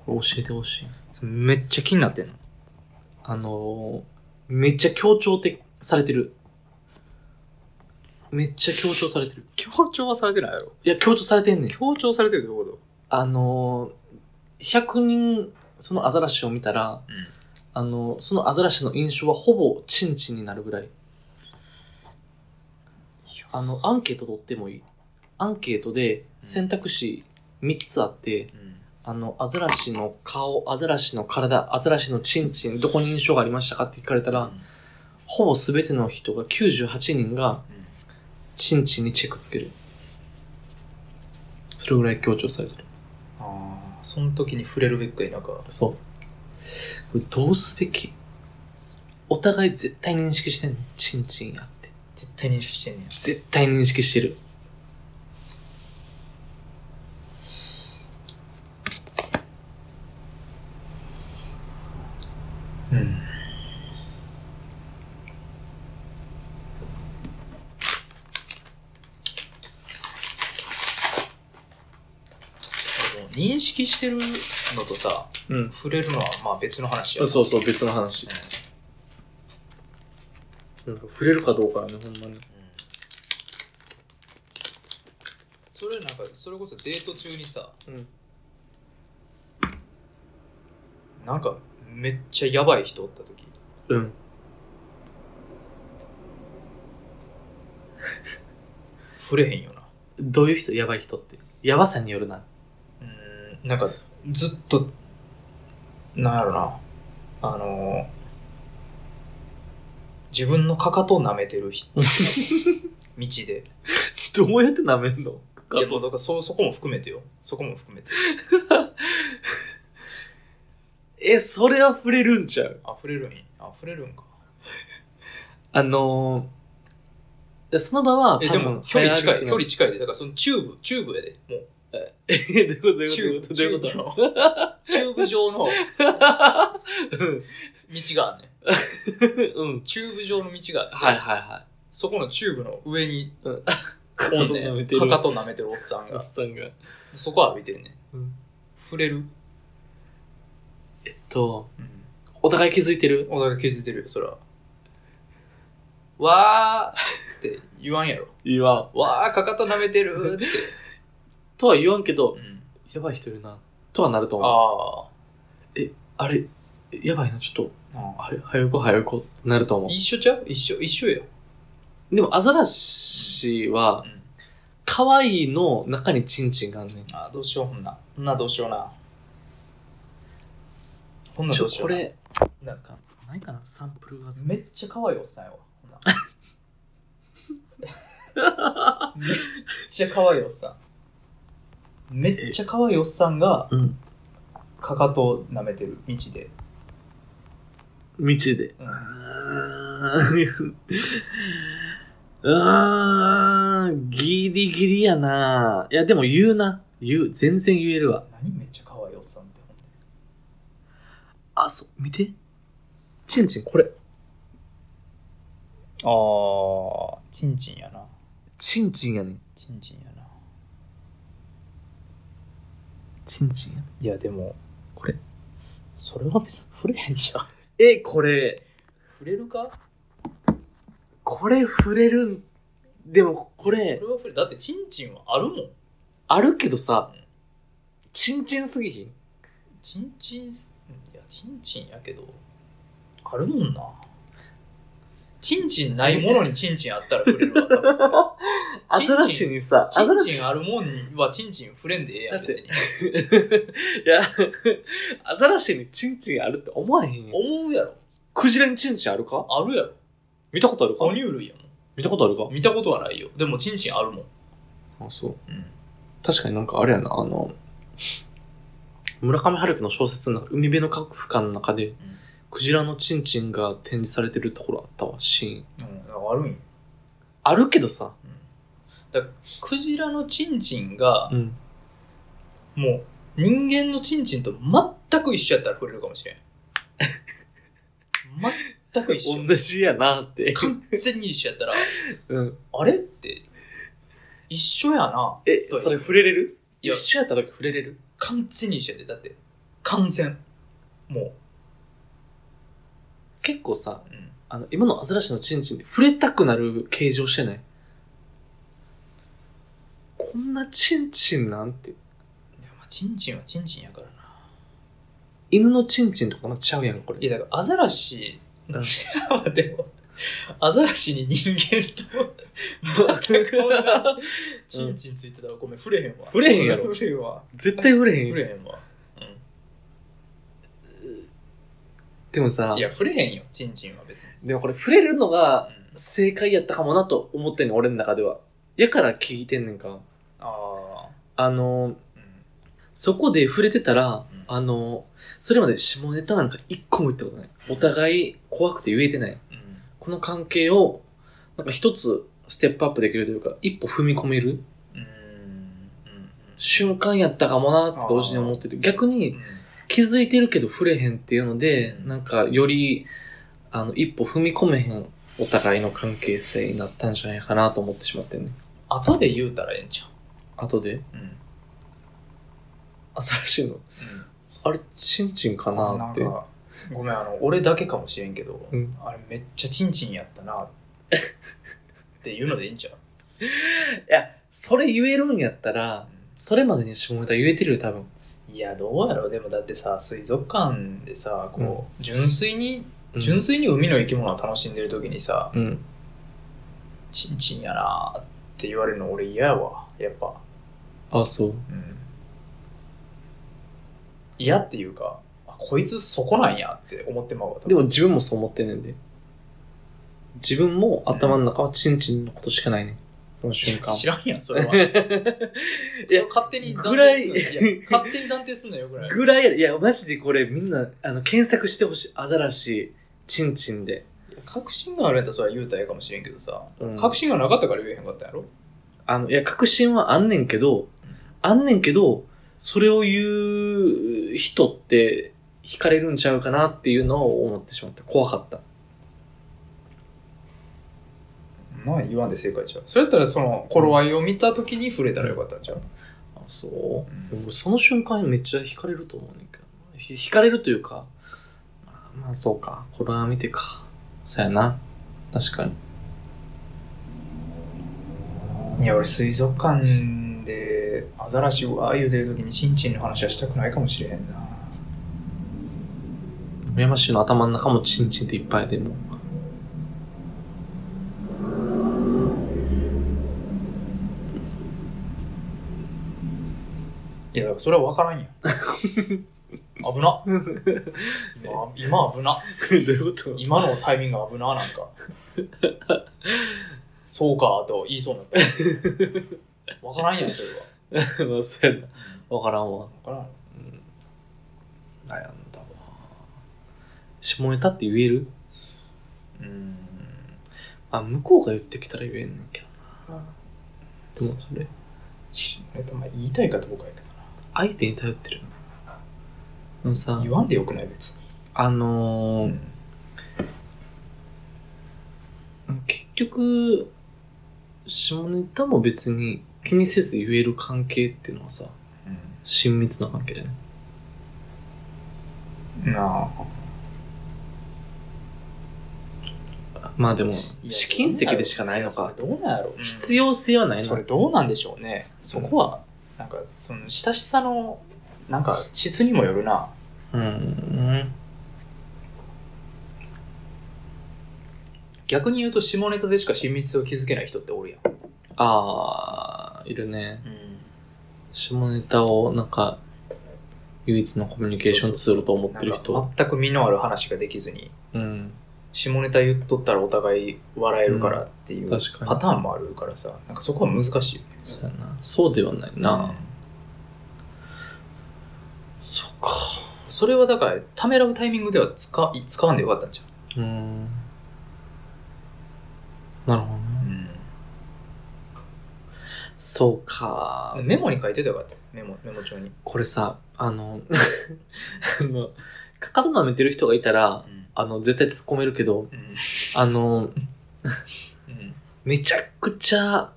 れ教えてほしい。
ー。めっちゃ気になってんの。
あのー、めっちゃ強調てされてる。めっちゃ強調されてる。
強調はされてないやろ。
いや、強調されてんねん。
強調されてるってこと
あのー、100人、そのアザラシを見たら、
うん
あのー、そのアザラシの印象はほぼチンチンになるぐらい。あの、アンケート取ってもいい。アンケートで選択肢3つあって、
うん。
あの、アザラシの顔、アザラシの体、アザラシのチンチン、どこに印象がありましたかって聞かれたら、ほぼ全ての人が、98人が
うん、
チンチンにチェックつける。それぐらい強調されてる。
あー。その時に触れるべきか否か。
そう。これどうすべきお互い絶対認識してんの。チンチンやって。
絶対認識してんねや。
絶対認識してる。
認識してるのとさ、
うん。
触れるのはまあ別の話や。
そうそう、別の話。なんか触れるかどうかはね、ほんまに。
それなんか、それこそデート中にさ、
うん
なんかめっちゃやばい人おった時、
うん。
触れへんよな。
どういう人やばい人って。やばさによるな。
うん、なんかずっと、なんやろな、あの自分のかかとを舐めて る人、道で。
どうやって舐めんの
いや、もうだからそ、そこも含めてよ。そこも含めて。
え、それは触れるんちゃう
あ、触れるんやあ、触れるんか。
あのー、その場は、
え、
多
で
分
も、距離近
早歩
い、
き の
距離近いで。だから、そのチューブ、チューブやで。もう、
え、どういうこと
チ
どうい
ュ
う
ー
こと
ブ、
ど
チ
うい
ュ
う
ー
こ
ブの、チューブ状の
と
道があるねん。
うん。うん。
チューブ状の道があって、
はいはいはい。
そこのチューブの上に、
うん
おんね
かかと舐め
ん
てる
かかと舐めてるおっさん
お
が
っ、さんが。
そこ歩いてるねん。
うん
触れる、
と、お互い気づいてる
お互い気づいてるよ、そら。わーって言わんやろ。
言わん。
わー、かかと舐めてるって。
とは言わんけど
う、ん、
やばい人いるな。とはなると思う。
あ
あれ、やばいな、ちょっと、
あ。
は、早く早く、なると思
一緒ちゃう一緒、一緒や。
う。でも、アザラシは、
うん
可愛いの中にチンチンがあんねん。
あーどうしようほんなほんなどうしようなほんな
ち
ど
ょ
う、しよ
こ
うな
れ、
なんか
ないかなサンプルが。
めっちゃ可愛いおっさんやわほんな めっちゃ可愛いおっさんめっちゃ可愛いおっさんが
うん。
かかとを舐めてる道で、
道で。
う、
うんーんうーん、ギリギリやな。いや、でも言うな。言う。全然言えるわ。
何めっちゃ可愛いおっさんってほんで
あ、そう、見て。チンチン、これ。
ああチンチンやな
チンチンやねん。
チンチンやな
チンチンやねん。
いやでもこれそれは別に触れへんじゃん
え、これ、
触れるか
これ触れるん、でもこ
それ
れ、
は触れだってチンチンはあるもん
あるけどさ
うん、
チンチンすぎひん
チンチンすいやチンチンやけどあるもんなチンチンないものにチンチンあったら触れるわ多分
ア
チンチン
ザラシにさ、アザラ
チンチ
シ
ンあるもんにはチンチン触れんでええやん別に
いや、 アザラシにチンチンあるって思わへんやん。
思うやろ
クジラにチンチンあるか
あるやろ
見たことあるか
哺乳類や
見たことあるか
もん見たことはないよでもチンチンあるもん、
あ、そう。
うん、
確かになんかあれやな、あの、村上春樹の小説の海辺の各区間の中で、クジラのチンチンが展示されてるところあったわ、シーン。
うん、あるんよ
あるけどさ、
クジラのチンチンが
うん。
もう人間のチンチンと全く一緒やったら触れるかもしれん全く一緒
同じやなって。
完全に一緒やったら
うん。
あれって、一緒やな。
え、
どういう
それ触れれる
いや
一緒やった時触れれる
完全に一緒やで。だって、完全。も
結構さ、
う。うん、
あの、今のアザラシのチンチンで触れたくなる形状してないこんなチンチンなんて、
いやまあ、チンチンはチンチンやからな。
犬のチンチンとかなっちゃうやん、これ。
いや、だからアザラシ、
うん
まあでも、アザラシに人間と全く同じチンチンついてたらごめん、触れへんわ。
触れへんやろ
触れへんわ。
絶対触れへん
触
よ。
れへんわ。
でもさ
い、や、触れへんよ、チンチンは別に。
でもこれ触れるのが
うん
正解やったかもなと思ってんねん俺の中では。やから聞いてんねんか。
ああ、
あの、
うん
そこで触れてたら、
うん
あの、それまで下ネタなんか一個も言ったことない。お互い怖くて言えてない。この関係を、なんか一つステップアップできるというか、一歩踏み込める瞬間やったかもなって同時に思ってて、逆に気づいてるけど触れへんっていうので、
うん
なんかより、あの、一歩踏み込めへんお互いの関係性になったんじゃないかなと思ってしまってんね。
後で言うたらええんちゃ
後で、
う。うん。
新しいの。あれ、チンチンか
あ
な
なん
って。
か、ごめん、あの、俺だけかもしれんけど、
うん
あれめっちゃチンチンやったな、っていうのでいいんちゃう
いや、それ言えるんやったら、それまでに下ネタ言えてるよ、多分。
いや、どうやろうでもだってさ、水族館でさ、こう、純粋に、純粋に海の生き物を楽しんでる時にさ、
うん。
チンチンやなって言われるの俺嫌やわ、やっぱ。
あ、そう。
うん。嫌っていうか、あこいつそこなんやって思ってまうわ。多分
でも自分もそう思ってんねんで。自分も頭の中はチンチンのことしかないねん。その瞬間。
知らんやん、それは。いや、勝手に断定
ぐ
すんの
らい
いや勝手に断定すんのよ、ぐらい。
ぐらいやで、いや、マジでこれみんな、あの、検索してほしい。アザラシ、チンチンで。
確信があるんやったらそれは言うたらええかもしれんけどさ、
うん
確信がなかったから言えへんかったんやろ
あの、いや、確信はあんねんけど、あんねんけど、それを言う人って惹かれるんちゃうかなっていうのを思ってしまった。怖かった。
まあ言わんで正解ちゃう。それやったらその頃合いを見た時に触れたらよかったんちゃう。
あ、そうう、俺その瞬間めっちゃ惹かれると思うねんけど。ひ惹かれるというか、まあ、まあそうか。これは見てか。そうやな。確かに。
いや、俺水族館でアザラシをああいうてる時にチンチンの話はしたくないかもしれへんな。
山氏の頭の中もチンチンっていっぱいでもう。
いや、だからそれは分からんやん。 危 な。今、今危な。
どういうこと
今のタイミング危な、なんか。そうか、と言いそうになった。 分からんやん、それは。
まあ、そうやな。わからんわ。
分からん。
悩んだわ。下ネタって言える
うーん。
あ、向こうが言ってきたら言えんねんけどな。でもそれ、
えっと、まあ、言いたいかどうかやけど
相手に頼ってるよな。あの
な。
さ
言、わんでよくない、別に。
あのー結局、下ネタも別に気にせず言える関係っていうのはさ、親密な関係だよね。
うん。なあ。
まあでも、試金石でしかないのか。
どうなんやろ。
必要性はない
それ
の
どうなんでしょうね。そこは、なんか、その、親しさの、なんか、質にもよるな。
うん。
逆に言うと、下ネタでしか親密を築けない人っておるやん。
あー、いるね。下ネタをなんか唯一のコミュニケーションツールと思っ
な
てる人
んか全く身のある話ができずに、
うん
下ネタ言っとったらお互い笑えるからっていう
うん確かに
パターンもあるからさ、なんかそこは難しいよね。
そうやなそうではないな、そっか
それはだから、ためらうタイミングでは使い使わんでよかったんじ
う
ゃ
んなるほど
う
ね
ん、
そうか
メモに書いてたらよかった。メモ、メモ帳に。
これさあの あのかかと舐めてる人がいたら
うん。
あの絶対突っ込めるけど
うん。
あの
うん。
めちゃくちゃ、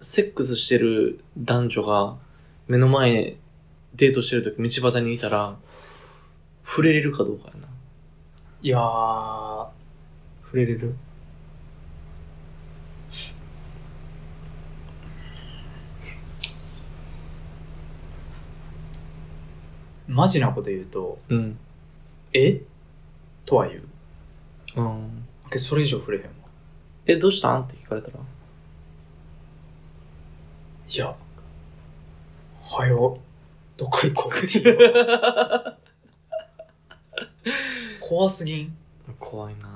セックスしてる男女が、目の前でデートしてるとき、道端にいたら、触れれるかどうかやな。
いやー、
触れれる
マジなこと言うと、
うん。
えとは言う。
うん。
けどそれ以上触れへんわ。
え、どうしたんって聞かれたら。
いや、はよ、どっか行こうっ ていう。怖すぎん
怖いなぁ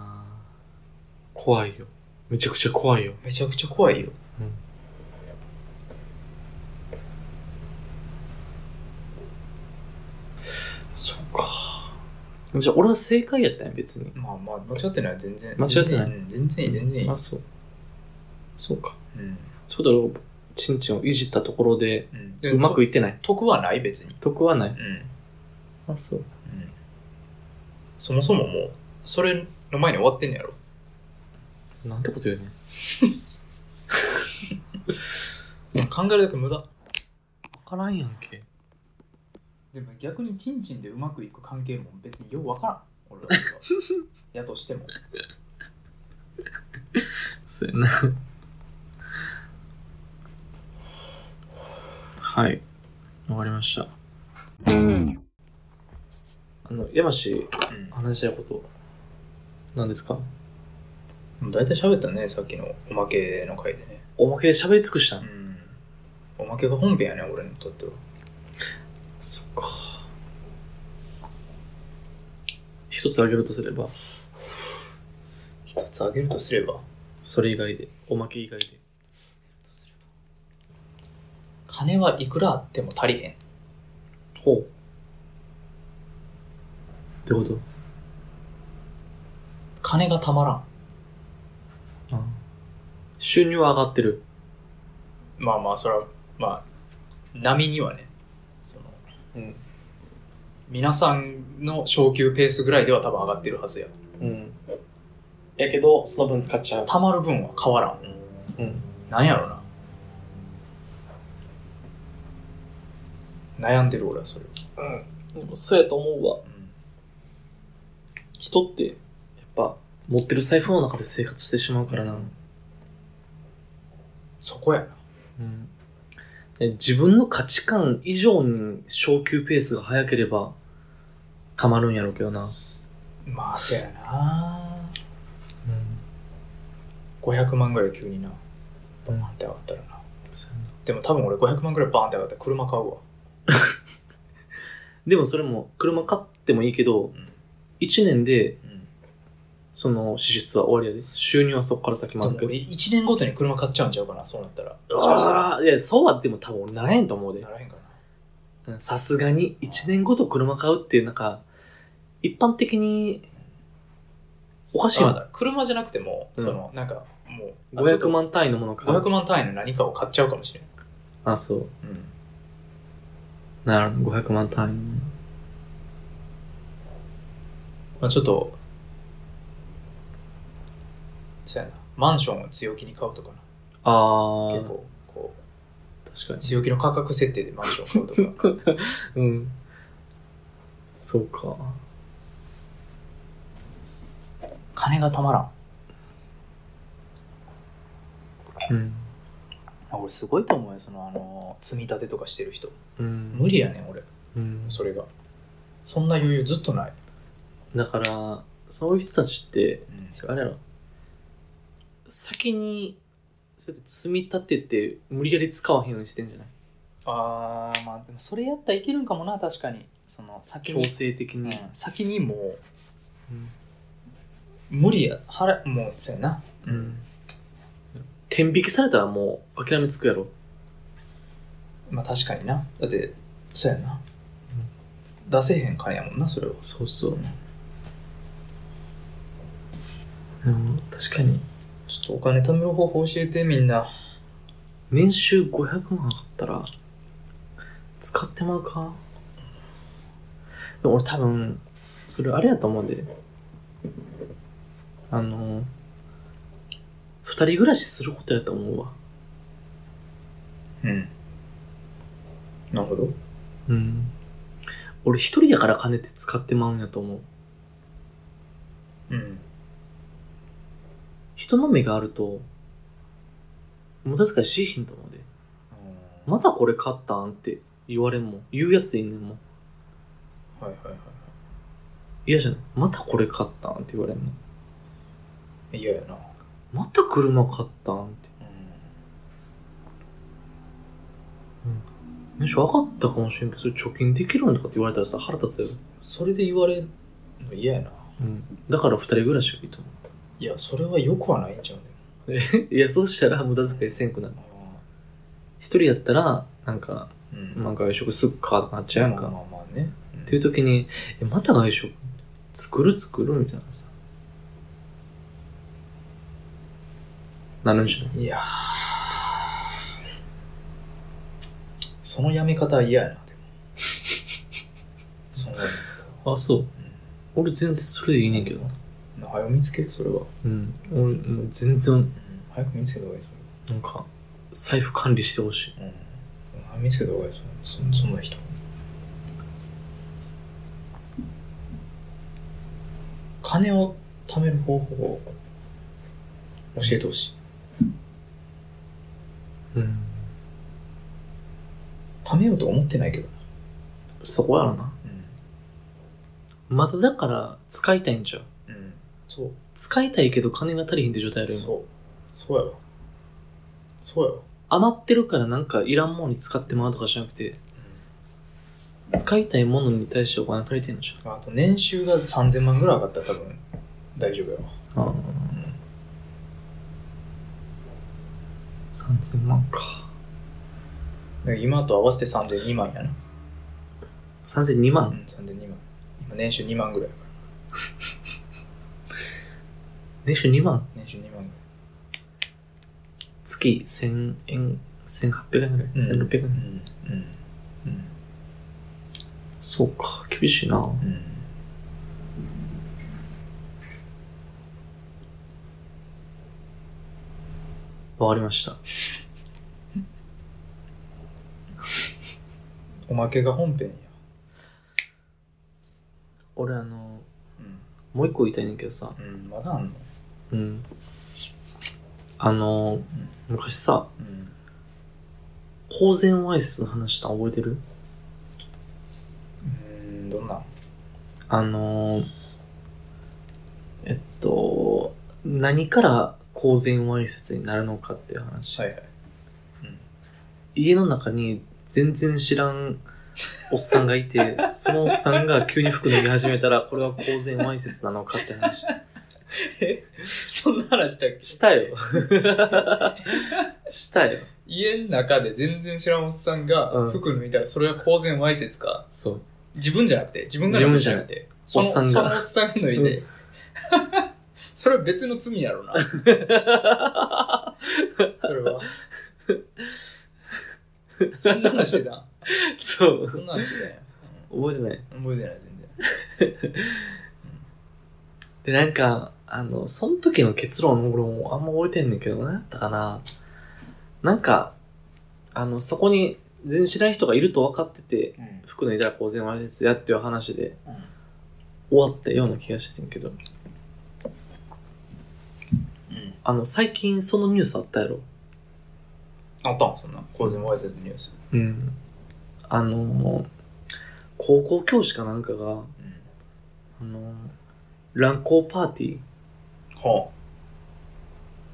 怖いよ。めちゃくちゃ怖いよ。
めちゃくちゃ怖いよ。
うんじゃあ俺は正解やったんや、別に。
まあまあ、間違ってない、全然。
間違ってない
うん全然いい、全然いい
あ、。そう。そうか。
うん
そうだろう、ちんちんをいじったところで、
うん
うまくいってない。
得はない、別に。
得はな
う
い。
んうん
あ、そう。
そもそももう、それの前に終わってんのやろ。
なんてこと言うね。
考えるだけ無駄。
わからんやんけ。
でも逆にチンチンでうまくいく関係も別にようわからん。俺は。 やとしても。
そうやな。はい。わかりました。あの、山氏、
うん
話したいこと、何ですか
でも大体喋ったね、さっきのおまけの回でね。
おまけで喋り尽くした
うんん。おまけが本編やね、俺にとっては。
そっか。一つあげるとすれば、
一つあげるとすれば、
それ以外で、おまけ以外で。
金はいくらあっても足りへん。
ほう。ってこと
金がたまらん。
あ収入は上がってる。
まあまあ、それは、まあ、波にはね、その、
うん
皆さんの昇給ペースぐらいでは多分上がってるはずや。
うん。
やけど、その分使っちゃう。
たまる分は変わらん。
うん。
なんやろな。悩んでる俺はそれを。
うん。でも、そうやと思うわ。人って、
やっぱ、持ってる財布の中で生活してしまうからな。
そこやな。
うん。自分の価値観以上に昇級ペースが早ければ、たまるんやろうけどな。
まあ、そやな。500万ぐらい急にな、ボンって上がったらな。でも多分俺500万ぐらいバーンって上がったら車買うわ。
でもそれも、車買ってもいいけど、
ん
一1年で、
うん
その支出は終わりやで。収入はそこから先も
で
あ
も
るけど
俺。1年ごとに車買っちゃうんちゃうかな、そうなったら。もしかしたら。
ああ、いや、そうはでも多分俺ならへんと思うで
な。らへんかな。
うんさすがに1年ごと車買うっていう、なんか、一般的に、おかしい
ま
よな。
だ車じゃなくても、
うん
その、なんか、もう、あ
500。万単位のもの
ち
買
ょっ
う
と。500万単位の何かを買っちゃうかもしれん。
あ、そう。
うん。
なるほど、500万単位のもの。
まあちょっと、そうやな。マンションを強気に買うとか
ああ、
な。結構、こ
確か
う、
に。
強気の価格設定でマンションを買うとか。
うん。そうか。
金がたまらん。
うん。
あ俺すごいと思うよ、その、あの、積み立てとかしてる人。
うん。
無理やねん、俺。
うん、
それが。そんな余裕ずっとない。
だから、そういう人たちって、
うん
あれやろ。先に、そうやって積み立てて、無理やり使わへんようにしてんじゃない
あー、まあでもそれやったらいけるんかもな、確かに。その、先
強
に。
制的
う
に。
ん先にも
うん
う、無理や。払え、もう、そうやな。
うん。天引きされたらもう諦めつくやろ。
まあ確かにな。だって、そうやな。出せへん金やもんな、それは。
そうそう。うん、確かに。
ちょっとお金貯める方法教えて、みんな。
年収500万あったら、使ってまうかでも俺多分、それあれやと思うんで。あの、二人暮らしすることやと思うわ。
うん。なるほど。
うん。俺一人やから金って使ってまうんやと思う。
うん。
人の目があると、無駄遣いしいひんと思うで。まだこれ買ったんって言われんもん。言うやついんねんもん。
はいはいは
嫌じゃないまたこれ買ったんって言われんの。
い。嫌やな。
また車買ったんって。
うん。
むしろ上がったかもしれんけど、それ貯金できるんとかって言われたらさ、腹立つよ。
それで言われるの嫌やな。
うん。だから二人暮らしがいいと思
いや、それは良くはないんちゃうね。
う。い や、そうしたら無駄遣いせんくなる。一人やったら、なんか、
うん。
まあ
あ、
外食すっかとかなっちゃうやん
ま
か。
あまあね。
っていう時に、えまた外食作る作るみたいなさ。なるんじゃない
いやーそのやめ方は嫌やな、でも。 その、
あ、そう。俺全然それでいいねんけど。
早く見つけ、それは。
うん。俺、もう全然、
早く見つけた方がいい、
なんか、財布管理してほしい。
それ。うん。早く見つけた方がいい、そそそんな人。金を貯める方法を教えてほしい。
うん。
貯めようと思ってないけど。
そこやろな。まだだから、使いたいんちゃう
うん。うん。そう。
使いたいけど金が足りへんって状態やる
そう。そうやわ。そうやわ。
余ってるからなんかいらんものに使ってもらうとかじゃなくて、使いたいものに対してお金足りてんのじ
あと年収が3000万ぐらい上がったら多分大丈夫やわ。
ゃん。ああ。3000万か。
だから今と合わせて3002万やな。
3002
う
万。
ん、3002万。今年収2万ぐらいやか
年収2万。
ら。年収2万ぐらい。
月1000円、1800円ぐらい。
うん
1600円。
うん。うん。
そうか、厳しいな。
うん。うん。
わかりました。
おまけが本編や。
俺あの、
う
もう一個言いたいねんけどさ、
ん。うん。まだあんの
うん。あの、昔さ、
うん。
公然わいせつの話したん覚えてる
うん、どんな
あのーえっと、何から公然わいせつになるのかっていう話。
はいはい。
家の中に全然知らんおっさんがいて、そのおっさんが急に服脱ぎ始めたら、これは公然わいせつなのかって話。
そんな話したっけ
したよ。したよ。
家の中で全然知らんおっさん
う
が
ん
服脱いたらそれは公然わいせつか。
そう。
自分じゃなくて、自分が
自分じゃなく
て、
おっさんが
そのおっさん脱いで。それは別の罪やろな。それは。そんな話してたん
そ
そ。
うん
な話してたんや。
覚えてない。
うん覚えてない、全
で、なんか、あの、その時の結論俺もあんま覚えてんねんけど、何やったかな。なんか、あの、そこに全然知らん人がいると分かってて、
然。
服脱いだら公然わいせつやっていう話で
うん
終わったような気がしてんけど、
うん。
あの、最近そのニュースあったやろ。
あったんそんな。公然わいせつニュース。
うん。あの、高校教師かなんかが、
うん。
あの、乱交パーティー
は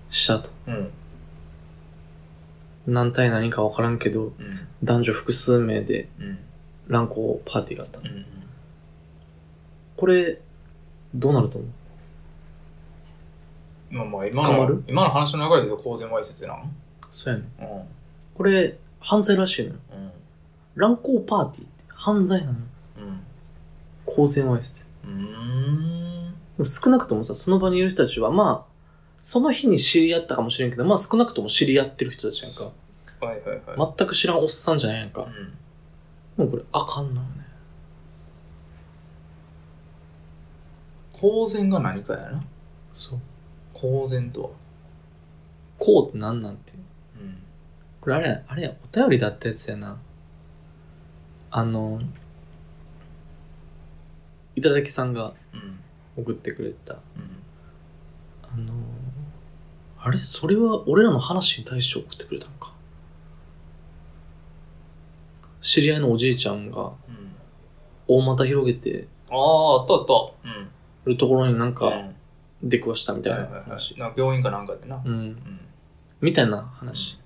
したと。
あ。うん。
何対何か分からんけど、
うん。
男女複数名で
うん。
乱交パーティーがあったの。
うん。
これ、どうなると思う
まあまあ、今
捕ま
の
る、
今の話の流れで公然わいせつなん
そうやねん。
うん。
これ、犯罪らしいのよ。
うん。
乱交パーティーって犯罪なのよ。
うん。
公然わいせつ。
うーん。
でも少なくともさ、その場にいる人たちは、まあ、その日に知り合ったかもしれんけど、まあ少なくとも知り合ってる人たちやんか。
はいはいはい。
全く知らんおっさんじゃないやんか。
うん。
もうこれ、あかんのよね。
公然が何かやな
そう。
公然とは
こうってなんなんて。
うん
これあれ、あれや、お便りだったやつやな。あの、いただきさんが
うん
送ってくれた。
うん
あのーあれそれは俺らの話に対して送ってくれたのか。知り合いのおじいちゃんが
うん
大股広げて
あああったあったうん
るところになん
う
か
ん
出くわしたみたい
はい
な
はいは
話
い。なんか病院かなんかでな
うん。
うん
みたいな話。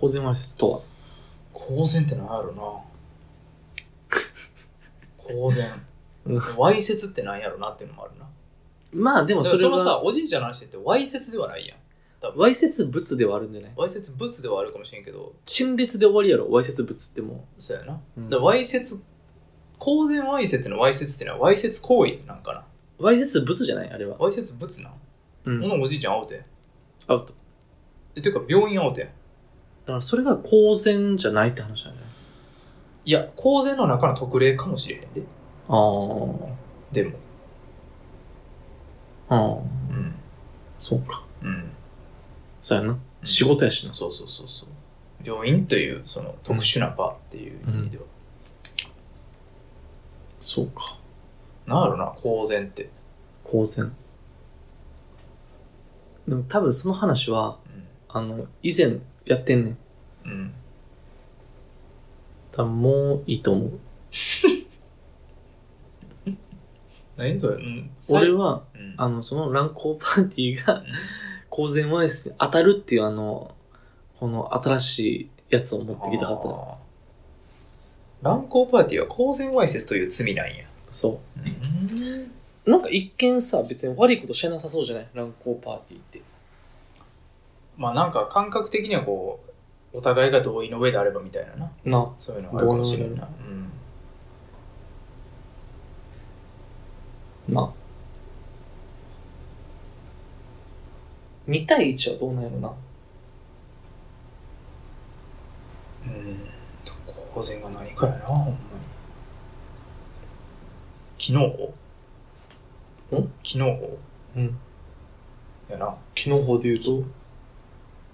公然わいせつと は
公然って何やろな公然
うん
わいせつって何やろなっていうのもあるな
まあでも
だから
それ
そのさ
は、
おじいちゃんの話ってわいせつではないやん
わいせつ物ではあるんじゃない
わいせつ物ではあるかもしれんけど
陳列で終わりやろ、わいせつ物っても
そうやなだ
う。うん
からわいせつ公然わいせつのわいせつってのはわいせつ行為なんかな。
わいせつ物じゃないあれは。
わいせつ物なん。
う
ほ
ん。
なおじいちゃん会うて。
アウト。
えていうか病院会うて。
だからそれが公然じゃないって話なんだよ。
いや、公然の中の特例かもしれへんで。
あ
でも。
あ。ああ。
うん。
そうか。
うん。
そうやな。仕事やしな。
そうそうそうそう。病院という、その特殊な場っていう意味では。
そうか。
なんやろな、公然って。
公然。でも多分その話は、あの、以前やってんねん。
うん。うん。
多分もういいと思う。
何それうん。
俺
は、
は、
うん、
あの、その乱行パーティーが公然わいせつに当たるっていうあの、この新しいやつを持ってきたかったの。
あー乱交パーティーは公然わいせつという罪なんや。
そ
うん。
う。なんか一見さ、別に悪いことしてなさそうじゃない乱行パーティーって。
まあなんか感覚的にはこう、お互いが同意の上であればみたいなな。
な。
そういうのがあるかもしれんな。うん。
な。2対1はどうなんやろな。
うん。公然が何かやな、ほんまに。昨日
ん
昨日
うん。
やな。
機能法で言うと、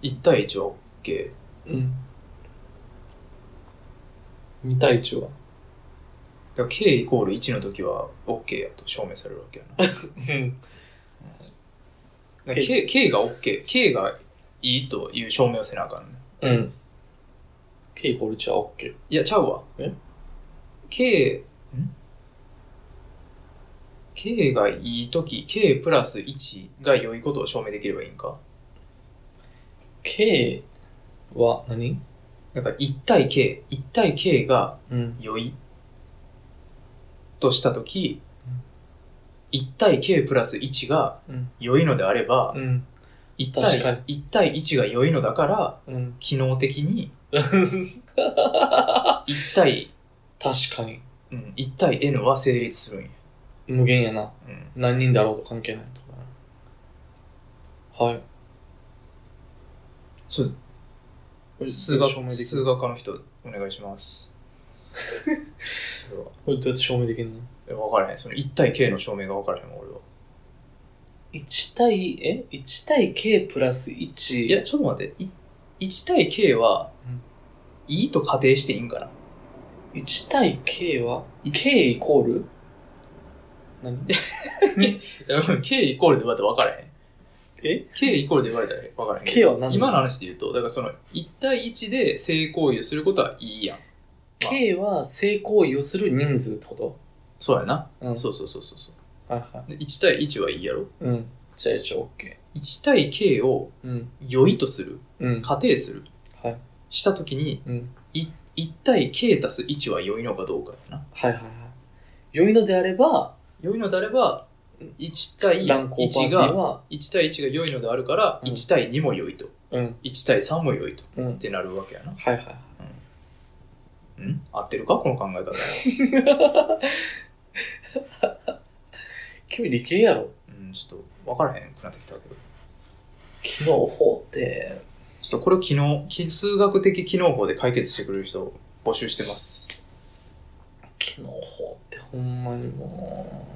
1対1は OK。
うん。2対1は。
だから K イコール1の時は OK やと証明されるわけやな。だか
うん。
ら K, K が OK。K がいいという証明をせなあかんね。
うん。K イコール1は OK。
いや、ちゃうわ。
え
?K、ん ?K がいいとき、K プラス1が良いことを証明できればいいんか
K は何
だから1対 K、1対 K が
うん。
良いとしたとき、1対 K プラス1が
うん
良いのであれば、
うん。
1
確かに
対1対1が良いのだから、
うん。
機能 的に、1対、
確かに。
うん、1対 N は成立するんや。
無限やな。
うん
何人であろうと関係ないとかな。はい。
そう数
証明で
学、
き
数
る
学科の人、お願い します。それは。
これどうやって証明できるの
え、わからへん。その1対 K の証明がわからへんわ、俺は。
?1 対、え ?1 対 K プラス1。
いや、、ちょっと待って。い1対 K は
うん、
いいと仮定していいんかな。
1対 K は
一
?K イコール何
K イコールで言われたらわからへん。
え
?K イコールで言われたらわからへん。
?K は何
今の話で言うと、だからその1対1で性行為をすることはいいやん。
K は性行為をする人数ってこと
そうやな。
うん
そうそうそうそうそう
はいはい。
う。1対1はいいやろ。
うん。じゃあ一応 OK。
1対 K を
うん。
良いとする。
うん。
仮定する。
はい。
したときに、
うん。
1対 k 足す1は良いのかどうかやな。
はいはいはい。良いのであれば、
良いのであれば、1対
乱行パーティー
1が、
は、
1対1が良いのであるから、
うん
1対2も良いと。
うん。
1対3も良いと。
うん。
ってなるわけやな。
はいはいはい。
うん合ってるかこの考え方。
君理系やろ
うん、ちょっと分からへんくなってきたけど。
機能法って、
ちょっとこれを機能、き数学的機能法で解決してくれる人を募集してます。
機能法ってほんまにも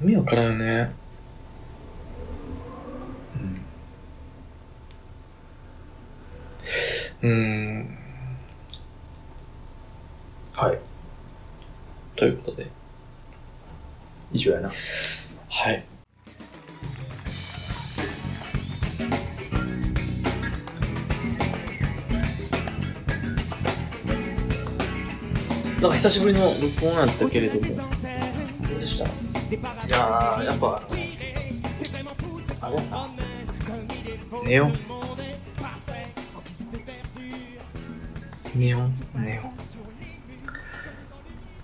う、意味わからんよね。
う
う
ん。
ーん。
はい。
ということで。
以上やな。
はい。なんか久しぶりの録音なんだけれども、どうで した
いやー、やっぱ、あれやな。寝よ
寝よ
う。寝よう。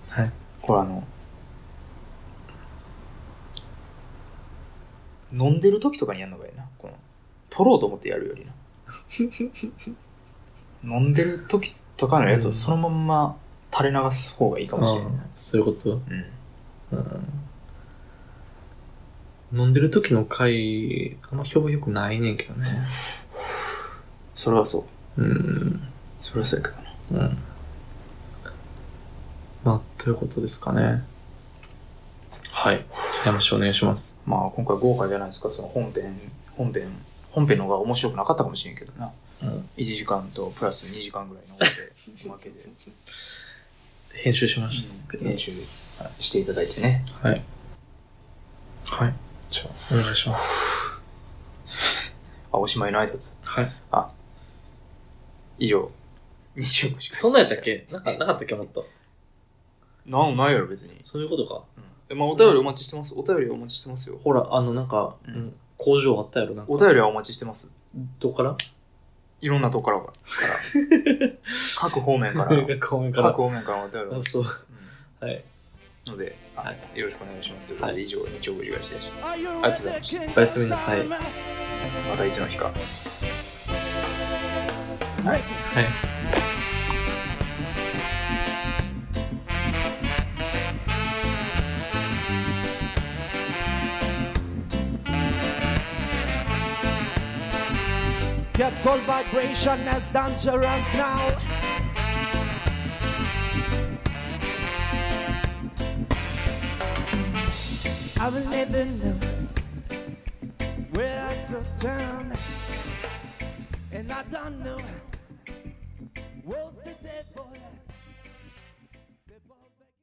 はい。
これあの、飲んでる時とかにやるのがいいな。この、取ろうと思ってやるよりな。飲んでる時とかのやつをそのまんま垂れ流す方がいいかもしれない。
そういうこと
うん。
飲んでる時の回、あんま評判良くないねんけどね。
それはそう。
うん。
それはそうやけどな。
うん。まあ、ということですかね。はい。山氏お願いします。
まあ今回豪華じゃないですか、その本編、本編、本編の方が面白くなかったかもしれんけどな。
うん
1時間とプラス2時間ぐらいのおまけおまけで、
編集しまし
練習していただいてね。
た。はい。はい。じゃあ、お願いします。
あ、おしまいの挨拶。
はい。
以上。25時間。
そんなんやったっけなんか、なかったっけもっと。
なんないやろ、別に。
そういうことか。
うんまあ、お便りお待ちしてます。お便りお待ちしてますよ。
ほら、あの、なんか、
うん
うん工場あったやろ、なんか。
お便りはお待ちしてます。
どこ から
いろんなとこからから。 各方面から。
公園から
各。方面からお便りを
あ、。そう。
う
はい。
んので、あ
はい
よろしくお願いします。ということで、以上、日曜日がしでした。
ありがとうございました。
おやすみなさい
またいつの日か。
はい。
Your cold vibration is dangerous now. I will never know where to turn, and I don't know what's the devil.